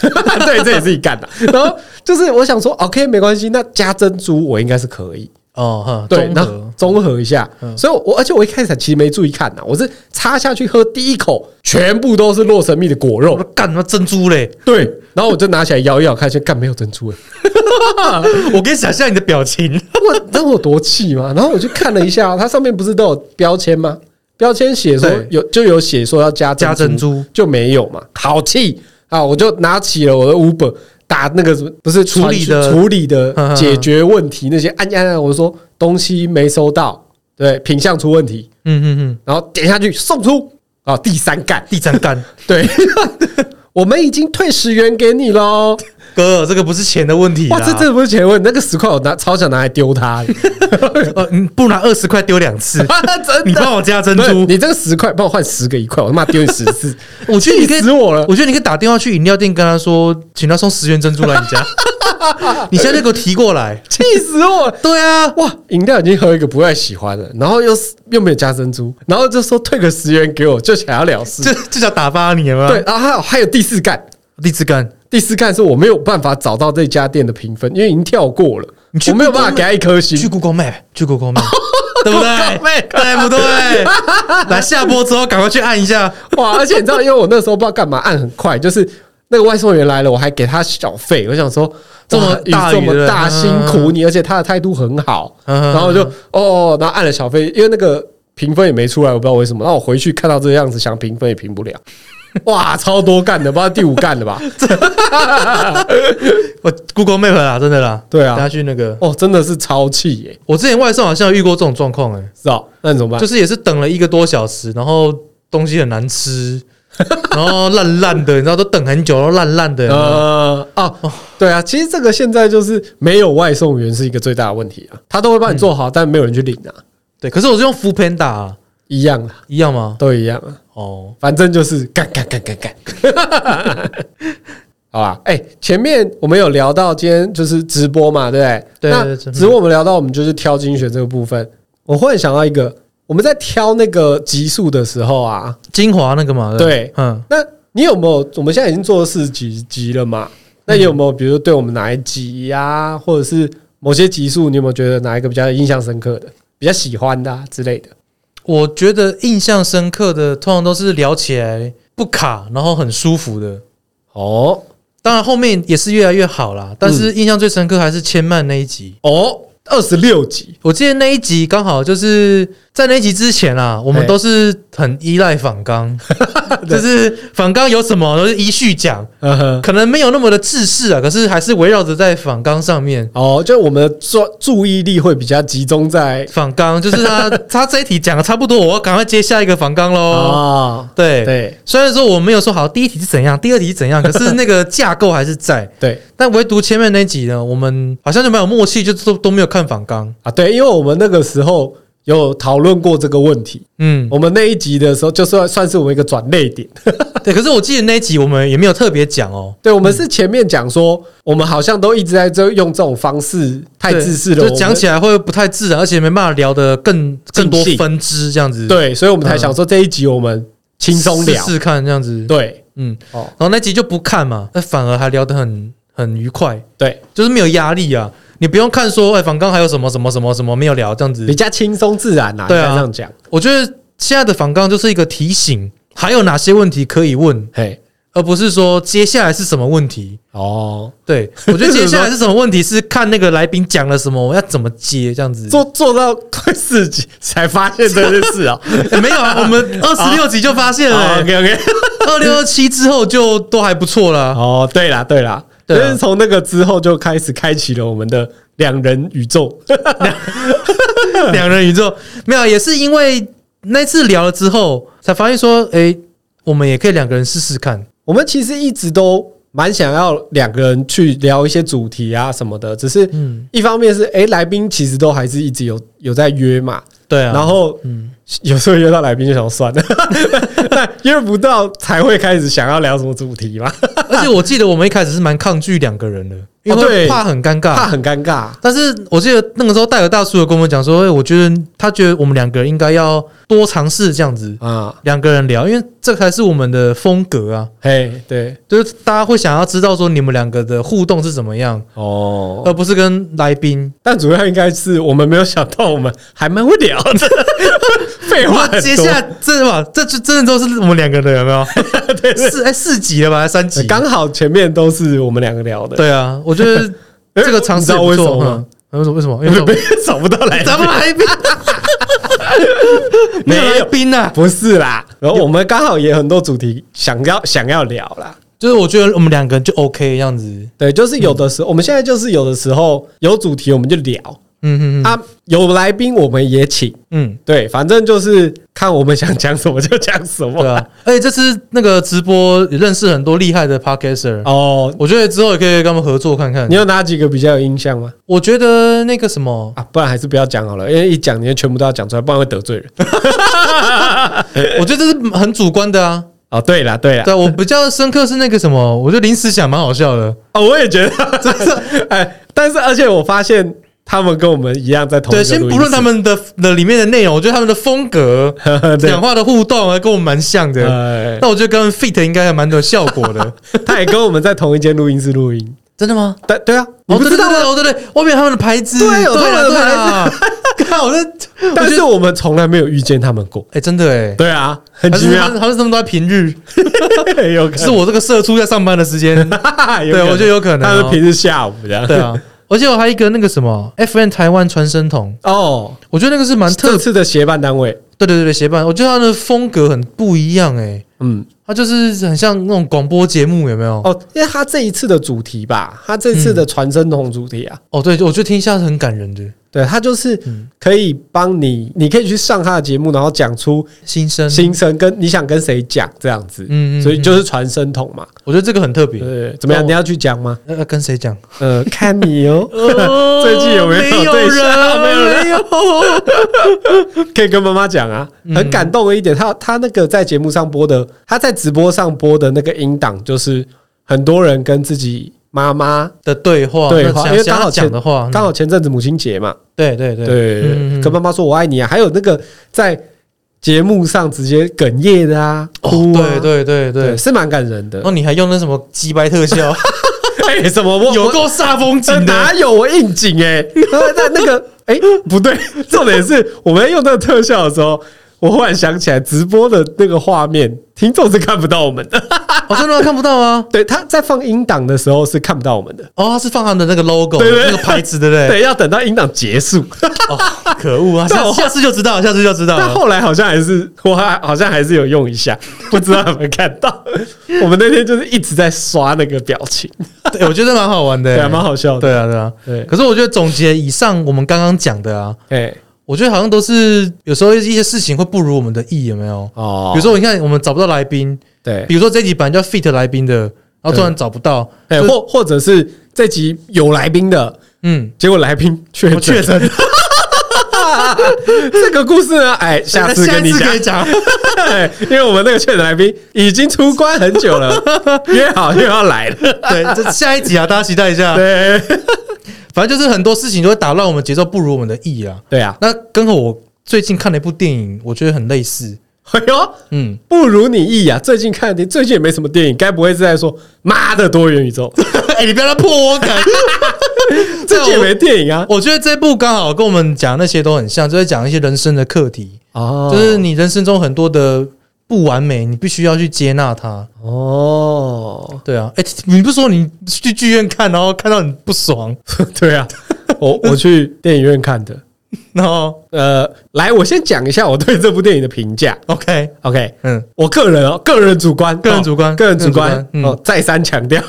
[SPEAKER 1] 对，这也是一干的。然后就是我想说，OK，没关系，那加珍珠我应该是可以。
[SPEAKER 2] 哦，呵
[SPEAKER 1] 对，
[SPEAKER 2] 综
[SPEAKER 1] 然
[SPEAKER 2] 合嗯
[SPEAKER 1] 后综合一下。所以我，而且我一开始其实没注意看呐，我是插下去喝第一口，全部都是洛神蜜的果肉
[SPEAKER 2] 我。说干什么珍珠嘞？
[SPEAKER 1] 对，然后我就拿起来摇一摇，看，就干没有珍珠了。
[SPEAKER 2] <laughs> 我可以想象你的表情。
[SPEAKER 1] 我 <laughs> 你知道我多气吗？然后我去看了一下，它上面不是都有标签吗？标签写说
[SPEAKER 2] 对
[SPEAKER 1] 有就有写说要加
[SPEAKER 2] 加珍珠
[SPEAKER 1] 就没有嘛，好气啊！我就拿起了我的 Uber 打那个什么不是
[SPEAKER 2] 处理
[SPEAKER 1] 传
[SPEAKER 2] 的
[SPEAKER 1] 处理的
[SPEAKER 2] <laughs> 呵呵呵
[SPEAKER 1] 解决问题那些按按按，我说东西没收到，对品相出问题，
[SPEAKER 2] 嗯嗯嗯，
[SPEAKER 1] 然后点下去送出啊第三干，
[SPEAKER 2] 第三干，
[SPEAKER 1] 对， <laughs> 我们已经退十元给你喽。
[SPEAKER 2] 啊哥，这个不是钱的问题啦。
[SPEAKER 1] 哇，这真的不是钱问，那个十块我拿超想拿来丢他的，，
[SPEAKER 2] <laughs> 呃，你不拿二十块丢两次
[SPEAKER 1] 真
[SPEAKER 2] <laughs> 你帮我加珍
[SPEAKER 1] 不是
[SPEAKER 2] 珠。
[SPEAKER 1] 你这个十块帮我换十个一块，我他妈丢你十次，
[SPEAKER 2] <laughs> 我觉得
[SPEAKER 1] 气
[SPEAKER 2] 你可以
[SPEAKER 1] 死我了！
[SPEAKER 2] 我觉得你可以打电话去饮料店跟他说，请他送十元珍珠来你家， <laughs> 你现在就给我提过来。
[SPEAKER 1] 气死我了！
[SPEAKER 2] 对啊，
[SPEAKER 1] 哇，饮料已经喝一个不太喜欢了，然后又是又没有加珍珠，然后就说退个十元给我，就想要了事。
[SPEAKER 2] 这这叫打发你吗？
[SPEAKER 1] 对，，然后还有还有第四干，
[SPEAKER 2] 第四干，
[SPEAKER 1] 第四干是我没有办法找到这家店的评分，因为已经跳过了，
[SPEAKER 2] 你去
[SPEAKER 1] 我没有
[SPEAKER 2] Google
[SPEAKER 1] 办法给他一颗星。
[SPEAKER 2] 去 Google Map，去 Google Map，对 <laughs> 不
[SPEAKER 1] Google
[SPEAKER 2] 对？
[SPEAKER 1] Map
[SPEAKER 2] 对不 <laughs> 对？来下播之后赶快去按一下。
[SPEAKER 1] 哇！而且你知道，因为我那时候不知道干嘛按很快，就是那个外送员来了，我还给他小费。我想说，
[SPEAKER 2] 这么
[SPEAKER 1] 哇雨
[SPEAKER 2] 大
[SPEAKER 1] 这
[SPEAKER 2] 雨
[SPEAKER 1] 么
[SPEAKER 2] 了
[SPEAKER 1] 大，
[SPEAKER 2] 嗯
[SPEAKER 1] 辛苦你，而且他的态度很好。
[SPEAKER 2] 嗯
[SPEAKER 1] 然后我就哦，然后按了小费，因为那个评分也没出来，我不知道为什么。然后我回去看到这个样子，想评分也评不了。 <laughs> 哇，超多干的，不知道第五干的吧？ <laughs>
[SPEAKER 2] 我 Google Map 啦，真的啦。
[SPEAKER 1] 对啊
[SPEAKER 2] 等下去那个。
[SPEAKER 1] 哦，真的是超气耶，
[SPEAKER 2] 我之前外送好像有遇过这种状况，哎，
[SPEAKER 1] 是哦，那你怎么办？
[SPEAKER 2] 就是也是等了一个多小时，然后东西很
[SPEAKER 1] <laughs>
[SPEAKER 2] 难吃，然后烂烂的，你知道都等很久，然后烂烂的。有没有
[SPEAKER 1] 呃，哦，对啊，其实这个现在就是没有外送员是一个最大的问题啊，他都会帮
[SPEAKER 2] 嗯
[SPEAKER 1] 你做好，但没有人去领啊，
[SPEAKER 2] 对，可是我是用 f o o Panda，啊
[SPEAKER 1] 一样啊，
[SPEAKER 2] 一样吗？
[SPEAKER 1] 都一样啊。
[SPEAKER 2] 哦，
[SPEAKER 1] 反正就是干干干干干， <laughs> 好吧？哎、前面我们有聊到今天就是直播嘛，对不对？
[SPEAKER 2] 对
[SPEAKER 1] 那
[SPEAKER 2] 对对
[SPEAKER 1] 直播我们聊到我们就是挑精选这个部分，我忽然想到一个，我们在挑那个集数的时候啊，
[SPEAKER 2] 精华那个嘛。不
[SPEAKER 1] 对
[SPEAKER 2] 嗯，
[SPEAKER 1] 那你有没有？我们现在已经做了四集集了嘛？那有没有比如说对我们哪一集呀、或者是某些集数，你有没有觉得哪一个比较印象深刻的、比较喜欢的、啊、之类的？
[SPEAKER 2] 我觉得印象深刻的通常都是聊起来不卡，然后很舒服的。
[SPEAKER 1] 哦
[SPEAKER 2] 当然后面也是越来越好啦，但
[SPEAKER 1] 嗯
[SPEAKER 2] 是印象最深刻还是千曼那一集。
[SPEAKER 1] 哦，二十六集，
[SPEAKER 2] 我记得那一集刚好就是在那一集之前啊，我们都是很依赖仿纲，就是仿纲有什么都是依序讲，
[SPEAKER 1] 呵呵。
[SPEAKER 2] 可能没有那么的制式啊，可是还是围绕着在仿纲上面。
[SPEAKER 1] 哦，就我们的注注意力会比较集中在
[SPEAKER 2] 仿纲就是他他这一题讲的差不多，我要赶快接下一个仿纲喽。
[SPEAKER 1] 哦，
[SPEAKER 2] 对，
[SPEAKER 1] 对
[SPEAKER 2] 虽然说我没有说好第一题是怎样，第二题是怎样，可是那个架构还是在。
[SPEAKER 1] 对
[SPEAKER 2] 但唯独前面那集呢，我们好像就蛮有默契，就都都没有看仿纲。
[SPEAKER 1] 啊，对，因为我们那个时候有讨论过这个问题，
[SPEAKER 2] 嗯，
[SPEAKER 1] 我们那一集的时候就算算是我们一个转泪点，
[SPEAKER 2] 对。可是我记得那一集我们也没有特别讲哦。
[SPEAKER 1] 对，我们是前面讲说，我们好像都一直在这用这种方式太
[SPEAKER 2] 对
[SPEAKER 1] 自私了，
[SPEAKER 2] 就讲起来会不太自然，而且没办法聊得更更多
[SPEAKER 1] 尽兴
[SPEAKER 2] 分支这样
[SPEAKER 1] 我
[SPEAKER 2] 子。
[SPEAKER 1] 们，对，所以我们才想说这一集我们轻松聊，
[SPEAKER 2] 试试看这样子。
[SPEAKER 1] 对，
[SPEAKER 2] 嗯，
[SPEAKER 1] 哦
[SPEAKER 2] 然后那集就不看嘛，那反而还聊得很很愉快，
[SPEAKER 1] 对，
[SPEAKER 2] 就是没有压力啊。你不用看说，哎、反刚还有什么什么什么什么没有聊这样子
[SPEAKER 1] 比。较轻松自然啦、啊，
[SPEAKER 2] 嗯对啊
[SPEAKER 1] 应该这样讲，
[SPEAKER 2] 我觉得现在的反刚就是一个提醒，还有哪些问题可以问，
[SPEAKER 1] 嘿，
[SPEAKER 2] 而不是说接下来是什么问题。
[SPEAKER 1] 哦，
[SPEAKER 2] 对我觉得接下来是什么问题是看那个来宾讲了什么，我要怎么接这样子。
[SPEAKER 1] 做做到快四级才发现这件事
[SPEAKER 2] <laughs>
[SPEAKER 1] 啊。哦
[SPEAKER 2] 欸没有啊，我们二十六集就发现了、欸，
[SPEAKER 1] OK OK，
[SPEAKER 2] 二六二七之后就都还不错啦。
[SPEAKER 1] <laughs> 哦，对啦对啦，就
[SPEAKER 2] 对啊
[SPEAKER 1] 是从那个之后就开始开启了我们的两人宇宙。
[SPEAKER 2] 两人宇宙没有啊，也是因为那次聊了之后，才发现说，哎、我们也可以两个人试试看。
[SPEAKER 1] <laughs> 我们其实一直都蛮想要两个人去聊一些主题啊什么的，只是
[SPEAKER 2] 嗯
[SPEAKER 1] 一方面是哎、诶来宾其实都还是一直有有在约嘛，
[SPEAKER 2] 对啊，
[SPEAKER 1] 然后
[SPEAKER 2] 嗯，
[SPEAKER 1] 有时候约到来宾就想算了， <laughs> 但约不到才会开始想要聊什么主题嘛，
[SPEAKER 2] 而且我记得我们一开始是蛮抗拒两
[SPEAKER 1] <laughs>
[SPEAKER 2] 个人的，因
[SPEAKER 1] 哦对
[SPEAKER 2] 为怕很尴
[SPEAKER 1] <laughs>
[SPEAKER 2] 尬，
[SPEAKER 1] 怕很尴尬。
[SPEAKER 2] 但是我记得那个时候戴尔大叔有跟我们讲说，哎，我觉得他觉得我们两个人应该要多尝试这样子，
[SPEAKER 1] 啊，
[SPEAKER 2] 两个人聊，因为这才是我们的风格啊，
[SPEAKER 1] 嘿，对，
[SPEAKER 2] 就是大家会想要知道说你们两个的互动是怎么样，
[SPEAKER 1] 哦，
[SPEAKER 2] 而不是跟来宾。
[SPEAKER 1] 但主要应该是我们没有想到，我们还蛮会聊 <laughs> 的，废话很多。
[SPEAKER 2] 接下来这嘛，这就真的都是我们两个的，有 <laughs> 没有？四哎四集了吧，还是三集？
[SPEAKER 1] 呃刚好前面都是我们两个聊的，
[SPEAKER 2] 对啊，我觉 <laughs> 得
[SPEAKER 1] 诶
[SPEAKER 2] 这个尝
[SPEAKER 1] 你
[SPEAKER 2] 试
[SPEAKER 1] 知
[SPEAKER 2] 也
[SPEAKER 1] 道
[SPEAKER 2] 不
[SPEAKER 1] 为什
[SPEAKER 2] 错
[SPEAKER 1] 么吗？
[SPEAKER 2] 嗯为什么？为什么？
[SPEAKER 1] 因 <laughs>
[SPEAKER 2] 因
[SPEAKER 1] 为
[SPEAKER 2] 为
[SPEAKER 1] 找不到来宾
[SPEAKER 2] 咱。们来宾， <laughs> 没有来宾啊，
[SPEAKER 1] <laughs> 不是啦，然后我们刚好也很多主题想要想要聊啦。
[SPEAKER 2] 就是我觉得我们两个人就 OK 这样子。
[SPEAKER 1] 对，就是有的时候，我们现在就是有的时候有主题我们就聊
[SPEAKER 2] 嗯嗯嗯
[SPEAKER 1] 啊，有来宾我们也请。
[SPEAKER 2] 嗯，
[SPEAKER 1] 对，反正就是看我们想讲什么就讲什么
[SPEAKER 2] 对
[SPEAKER 1] 啦。
[SPEAKER 2] <laughs> 啊。而且这次那个直播也认识很多厉害的 podcaster，、
[SPEAKER 1] 哦，
[SPEAKER 2] 我觉得之后也可以跟他们合作看看
[SPEAKER 1] 你。有哪几个比较有印象吗？
[SPEAKER 2] 我觉得那个什 <laughs> 么，
[SPEAKER 1] 啊，不然还是不要讲好了，因为一讲你就全部都要讲出来，不然会得罪人。
[SPEAKER 2] 我觉得这是很主观的啊。
[SPEAKER 1] 哦，对啦，对啦，
[SPEAKER 2] 对啊，我比较深刻是那个什么，我觉得临时想蛮好笑的。
[SPEAKER 1] 哦，我也觉
[SPEAKER 2] <laughs>
[SPEAKER 1] 得，真是哎，但是而且我发现他们跟我们一样在同一
[SPEAKER 2] 对，
[SPEAKER 1] 个
[SPEAKER 2] 先
[SPEAKER 1] 录音
[SPEAKER 2] 不论
[SPEAKER 1] 室
[SPEAKER 2] 他，们的的里面的内容，我觉得他们的风格、
[SPEAKER 1] 对
[SPEAKER 2] 讲话的互动啊，跟我们蛮像的。 <laughs>
[SPEAKER 1] 呃，
[SPEAKER 2] 那我觉得跟 fit 应该还蛮有效果的。
[SPEAKER 1] 他也跟我们在同一间录音室录音。
[SPEAKER 2] 真的吗？
[SPEAKER 1] 对对啊，你
[SPEAKER 2] 哦，
[SPEAKER 1] 不
[SPEAKER 2] 对
[SPEAKER 1] 知
[SPEAKER 2] 对
[SPEAKER 1] 道
[SPEAKER 2] 对，
[SPEAKER 1] 吗？
[SPEAKER 2] 哦对对，外面有他们的牌子，
[SPEAKER 1] 对有他们的
[SPEAKER 2] 对啊。对啊看，我这，
[SPEAKER 1] 但是我们从来没有遇见他们过。
[SPEAKER 2] 哎，真的哎，
[SPEAKER 1] 对啊，很
[SPEAKER 2] 还
[SPEAKER 1] 奇
[SPEAKER 2] 是他
[SPEAKER 1] 妙，
[SPEAKER 2] 们他们他们都在平日，
[SPEAKER 1] <laughs> 有可
[SPEAKER 2] 是
[SPEAKER 1] 能。
[SPEAKER 2] 我这个社畜在上班的时间。对，
[SPEAKER 1] 对
[SPEAKER 2] 我觉得有可能
[SPEAKER 1] 他
[SPEAKER 2] 哦。
[SPEAKER 1] 是平时下午这样。
[SPEAKER 2] 对啊，而且我还有一个那个什么 FN 台湾传声筒，
[SPEAKER 1] 哦，
[SPEAKER 2] 我觉得那个是蛮特
[SPEAKER 1] 这次的协办单位，
[SPEAKER 2] 对对对对协办，我觉得他的风格很不一样哎，
[SPEAKER 1] 嗯，
[SPEAKER 2] 他就是很像那种广播节目有没有？
[SPEAKER 1] 哦，因为他这一次的主题吧，他这次的传声筒主题啊，
[SPEAKER 2] 哦，对，我觉得听一下是很感人的
[SPEAKER 1] 对他就是
[SPEAKER 2] 嗯
[SPEAKER 1] 可以帮你，你可以去上他的节目，然后讲出
[SPEAKER 2] 心声。
[SPEAKER 1] 心声，跟你想跟谁讲这样子，
[SPEAKER 2] 嗯嗯嗯
[SPEAKER 1] 所以就是传声筒嘛。
[SPEAKER 2] 我觉得这个很特别。
[SPEAKER 1] 对，怎么样？
[SPEAKER 2] 那我
[SPEAKER 1] 你要去讲吗？
[SPEAKER 2] 呃，跟谁讲？，
[SPEAKER 1] 呃，看你哦
[SPEAKER 2] 哦
[SPEAKER 1] <laughs> 最近有没有
[SPEAKER 2] 没
[SPEAKER 1] 对象没有
[SPEAKER 2] 人？
[SPEAKER 1] 人
[SPEAKER 2] 没有。
[SPEAKER 1] <laughs> 可以跟妈妈讲啊，
[SPEAKER 2] 嗯
[SPEAKER 1] 很感动的一点，他他那个在节目上播的，他在直播上播的那个音档，就是很多人跟自己妈妈
[SPEAKER 2] <laughs> 的对话，
[SPEAKER 1] 对
[SPEAKER 2] 那
[SPEAKER 1] 话
[SPEAKER 2] 想
[SPEAKER 1] 因为
[SPEAKER 2] 想
[SPEAKER 1] 刚好
[SPEAKER 2] 要讲
[SPEAKER 1] 前
[SPEAKER 2] 的话，
[SPEAKER 1] 刚
[SPEAKER 2] 好
[SPEAKER 1] 好前阵子母亲节嘛，
[SPEAKER 2] 对对对
[SPEAKER 1] 对，
[SPEAKER 2] 嗯嗯嗯
[SPEAKER 1] 跟妈妈说我爱你啊，还有那个在节目上直接哽咽的啊，哭啊，
[SPEAKER 2] 哦对对对对。
[SPEAKER 1] 是蛮感人的
[SPEAKER 2] 哦，。你还用那什么鸡掰特效，
[SPEAKER 1] <laughs> 哎，什么 <laughs> 我
[SPEAKER 2] 有
[SPEAKER 1] 我
[SPEAKER 2] 够煞风
[SPEAKER 1] 呃
[SPEAKER 2] 景
[SPEAKER 1] 哪
[SPEAKER 2] 的。
[SPEAKER 1] 有我应景 <laughs> 哎？那那个哎不对， <laughs> 重点是我们用那个特效的时候。我忽然想起来，直播的那个画面，听众是看不到我们的。
[SPEAKER 2] 哦，真的吗看不到
[SPEAKER 1] <laughs>
[SPEAKER 2] 吗？
[SPEAKER 1] 对，他在放音档的时候是看不到我们的。
[SPEAKER 2] 哦，他是放他们的那个 logo，
[SPEAKER 1] 对对
[SPEAKER 2] 那个牌子，对不对？
[SPEAKER 1] 对，要等到音档结 <laughs> 束。
[SPEAKER 2] 哦，可恶啊！
[SPEAKER 1] 但
[SPEAKER 2] 下
[SPEAKER 1] 我
[SPEAKER 2] 下次就知道，下次就知道
[SPEAKER 1] 但
[SPEAKER 2] 了。
[SPEAKER 1] 后来好像还是我还好像还是有用一下， <laughs> 不知道有没有看到。我们那天就是一直在刷那个表情，
[SPEAKER 2] 对，我觉得蛮好玩的，
[SPEAKER 1] 对，还蛮。好笑的。
[SPEAKER 2] 对啊，对啊。
[SPEAKER 1] 对，
[SPEAKER 2] 可是我觉得总结以上我们刚刚讲的啊，
[SPEAKER 1] 哎，
[SPEAKER 2] 我觉得好像都是有时候一些事情会不如我们的意，有没有？
[SPEAKER 1] 哦
[SPEAKER 2] 比如说，你看我们找不到来宾，
[SPEAKER 1] 对，
[SPEAKER 2] 比如说这集本来就要 fit 来宾的，然后突然找不到，
[SPEAKER 1] 哎，
[SPEAKER 2] 就是
[SPEAKER 1] 或或者是这集有来宾的，
[SPEAKER 2] 嗯，
[SPEAKER 1] 结果来宾哦确
[SPEAKER 2] 我确诊。
[SPEAKER 1] 这个故事呢，哎，下次跟你
[SPEAKER 2] 下
[SPEAKER 1] 讲
[SPEAKER 2] 可以，讲。
[SPEAKER 1] <laughs> 哎因为我们那个确诊来宾已经出关很久 <laughs> 了，约好又要来了。
[SPEAKER 2] 对，这下一集啊，大家期待一下。
[SPEAKER 1] 对，
[SPEAKER 2] 反正就是很多事情都会打乱我们节奏，不如我们的意啊。
[SPEAKER 1] 对啊，
[SPEAKER 2] 那跟我最近看了一部电影，我觉得很类似。
[SPEAKER 1] 哎呦，
[SPEAKER 2] 嗯，
[SPEAKER 1] 不如你意啊！最近看的，最近也没什么电影，该不会是在说妈的多元宇 <laughs> 宙？
[SPEAKER 2] <laughs> 哎、你不要来破我梗。
[SPEAKER 1] 最近也没
[SPEAKER 2] 我
[SPEAKER 1] 电影啊。
[SPEAKER 2] <laughs> 我觉得这部刚好跟我们讲那些都很像，就在讲一些人生的课题，
[SPEAKER 1] 哦
[SPEAKER 2] 就是你人生中很多的不完美，你必须要去接纳它。
[SPEAKER 1] 哦， <laughs>
[SPEAKER 2] 对啊，哎、你不是说你去剧院看，然后看到你不爽， <laughs>
[SPEAKER 1] 对啊，我我去电影院看的。
[SPEAKER 2] 然后
[SPEAKER 1] 呃，来，我先讲一下我对这部电影的评价。
[SPEAKER 2] OK，
[SPEAKER 1] OK，
[SPEAKER 2] 嗯，
[SPEAKER 1] 我个人哦，个人主观，
[SPEAKER 2] 个人主观
[SPEAKER 1] 哦个人主
[SPEAKER 2] 个人
[SPEAKER 1] 观
[SPEAKER 2] 主观嗯
[SPEAKER 1] 哦，再三强
[SPEAKER 2] <laughs>
[SPEAKER 1] 调。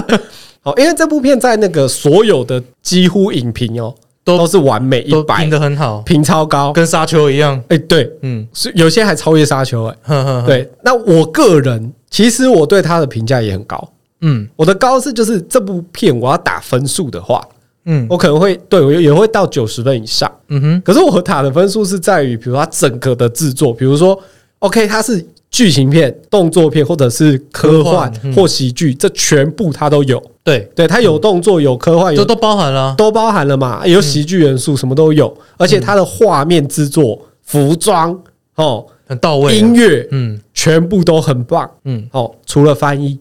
[SPEAKER 1] <laughs> 好，因为这部片在那个所有的几乎影评哦，
[SPEAKER 2] 都
[SPEAKER 1] 都是完美一
[SPEAKER 2] 都
[SPEAKER 1] 百
[SPEAKER 2] 评，的很好，
[SPEAKER 1] 评超高。
[SPEAKER 2] 跟沙丘一样，
[SPEAKER 1] 哎，对，
[SPEAKER 2] 嗯，
[SPEAKER 1] 是有些还超越沙丘哎。
[SPEAKER 2] 哼哼，哼，
[SPEAKER 1] 对，那我个人其实我对他的评价也很高，
[SPEAKER 2] 嗯
[SPEAKER 1] 我的高是就是这部片我要打分数的话，
[SPEAKER 2] 嗯
[SPEAKER 1] 我可能会对我也会到九十分以上。
[SPEAKER 2] 嗯哼，
[SPEAKER 1] 可是我打的分数是在于，比如它整个的制作，比如说，OK，它是剧情片、动作片，或者是科
[SPEAKER 2] 科
[SPEAKER 1] 幻
[SPEAKER 2] 幻嗯
[SPEAKER 1] 或喜剧，这全部它都有。
[SPEAKER 2] 对，
[SPEAKER 1] 对，它有动作，有科幻，
[SPEAKER 2] 这
[SPEAKER 1] 有
[SPEAKER 2] 都包含了，啊
[SPEAKER 1] 都包含了嘛，有
[SPEAKER 2] 嗯
[SPEAKER 1] 喜剧元素，什么都有。而且它的画面制作、服装、哦、
[SPEAKER 2] 很到位啊，
[SPEAKER 1] 音乐，
[SPEAKER 2] 嗯
[SPEAKER 1] 全部都很棒。
[SPEAKER 2] 嗯，
[SPEAKER 1] 哦，除了翻
[SPEAKER 2] <laughs>
[SPEAKER 1] 译。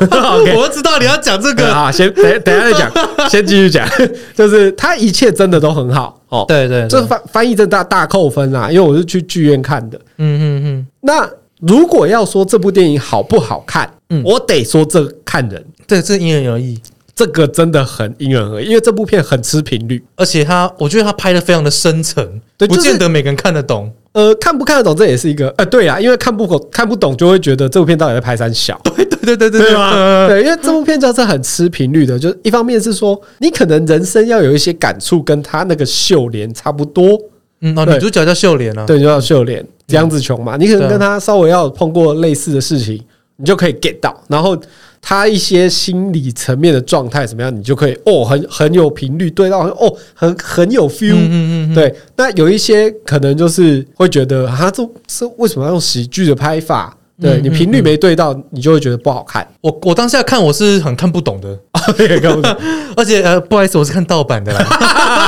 [SPEAKER 1] OK，
[SPEAKER 2] 我知道你要讲这
[SPEAKER 1] <laughs> 对
[SPEAKER 2] 个，
[SPEAKER 1] 啊，先等等一下再讲，先继续讲， <laughs> 就是它一切真的都很好哦。
[SPEAKER 2] 对对，
[SPEAKER 1] 这
[SPEAKER 2] 对
[SPEAKER 1] 翻翻译这大大扣分啦、因为我是去剧院看的。
[SPEAKER 2] 嗯嗯嗯，
[SPEAKER 1] 那如果要说这部电影好不好看，
[SPEAKER 2] 嗯
[SPEAKER 1] 我得说这看人，
[SPEAKER 2] 对，这因人而异，
[SPEAKER 1] 这个真的很因人而异，因为这部片很吃频率，
[SPEAKER 2] 而且他，我觉得他拍的非常的深层，
[SPEAKER 1] 对
[SPEAKER 2] 不
[SPEAKER 1] 就是
[SPEAKER 2] 见得每个人看得懂，
[SPEAKER 1] 呃，看不看得懂这也是一个，呃，对啊，因为看不懂看不懂就会觉得这部片到底在拍三小。
[SPEAKER 2] 对对对 <laughs> 对对
[SPEAKER 1] 对吧？
[SPEAKER 2] 对，
[SPEAKER 1] 对，因为这部片就是很吃频率的，就是一方面是说，你可能人生要有一些感触，跟他那个秀莲差不多，
[SPEAKER 2] 嗯，哦，
[SPEAKER 1] 对
[SPEAKER 2] 女主角叫秀莲啊，
[SPEAKER 1] 对，就叫秀莲杨紫琼嘛，你可能
[SPEAKER 2] 对啊
[SPEAKER 1] 跟她稍微要碰过类似的事
[SPEAKER 2] 啊
[SPEAKER 1] 情，你就可以 get 到，然后她一些心理层面的状态怎么样，你就可以哦，很很有频率对到哦，很很有 feel，、
[SPEAKER 2] 嗯嗯嗯嗯，
[SPEAKER 1] 对。那有一些可能就是会觉得啊，这这为什么要用喜剧的拍法？对
[SPEAKER 2] 嗯
[SPEAKER 1] 你
[SPEAKER 2] 嗯
[SPEAKER 1] 频率没对到，你就会觉得不好看。
[SPEAKER 2] 我我当下看我是很看不懂的， <laughs> 嗯
[SPEAKER 1] 对跟我讲
[SPEAKER 2] 而且呃，不好意思，我是看盗版的 <laughs> 啦，
[SPEAKER 1] <laughs>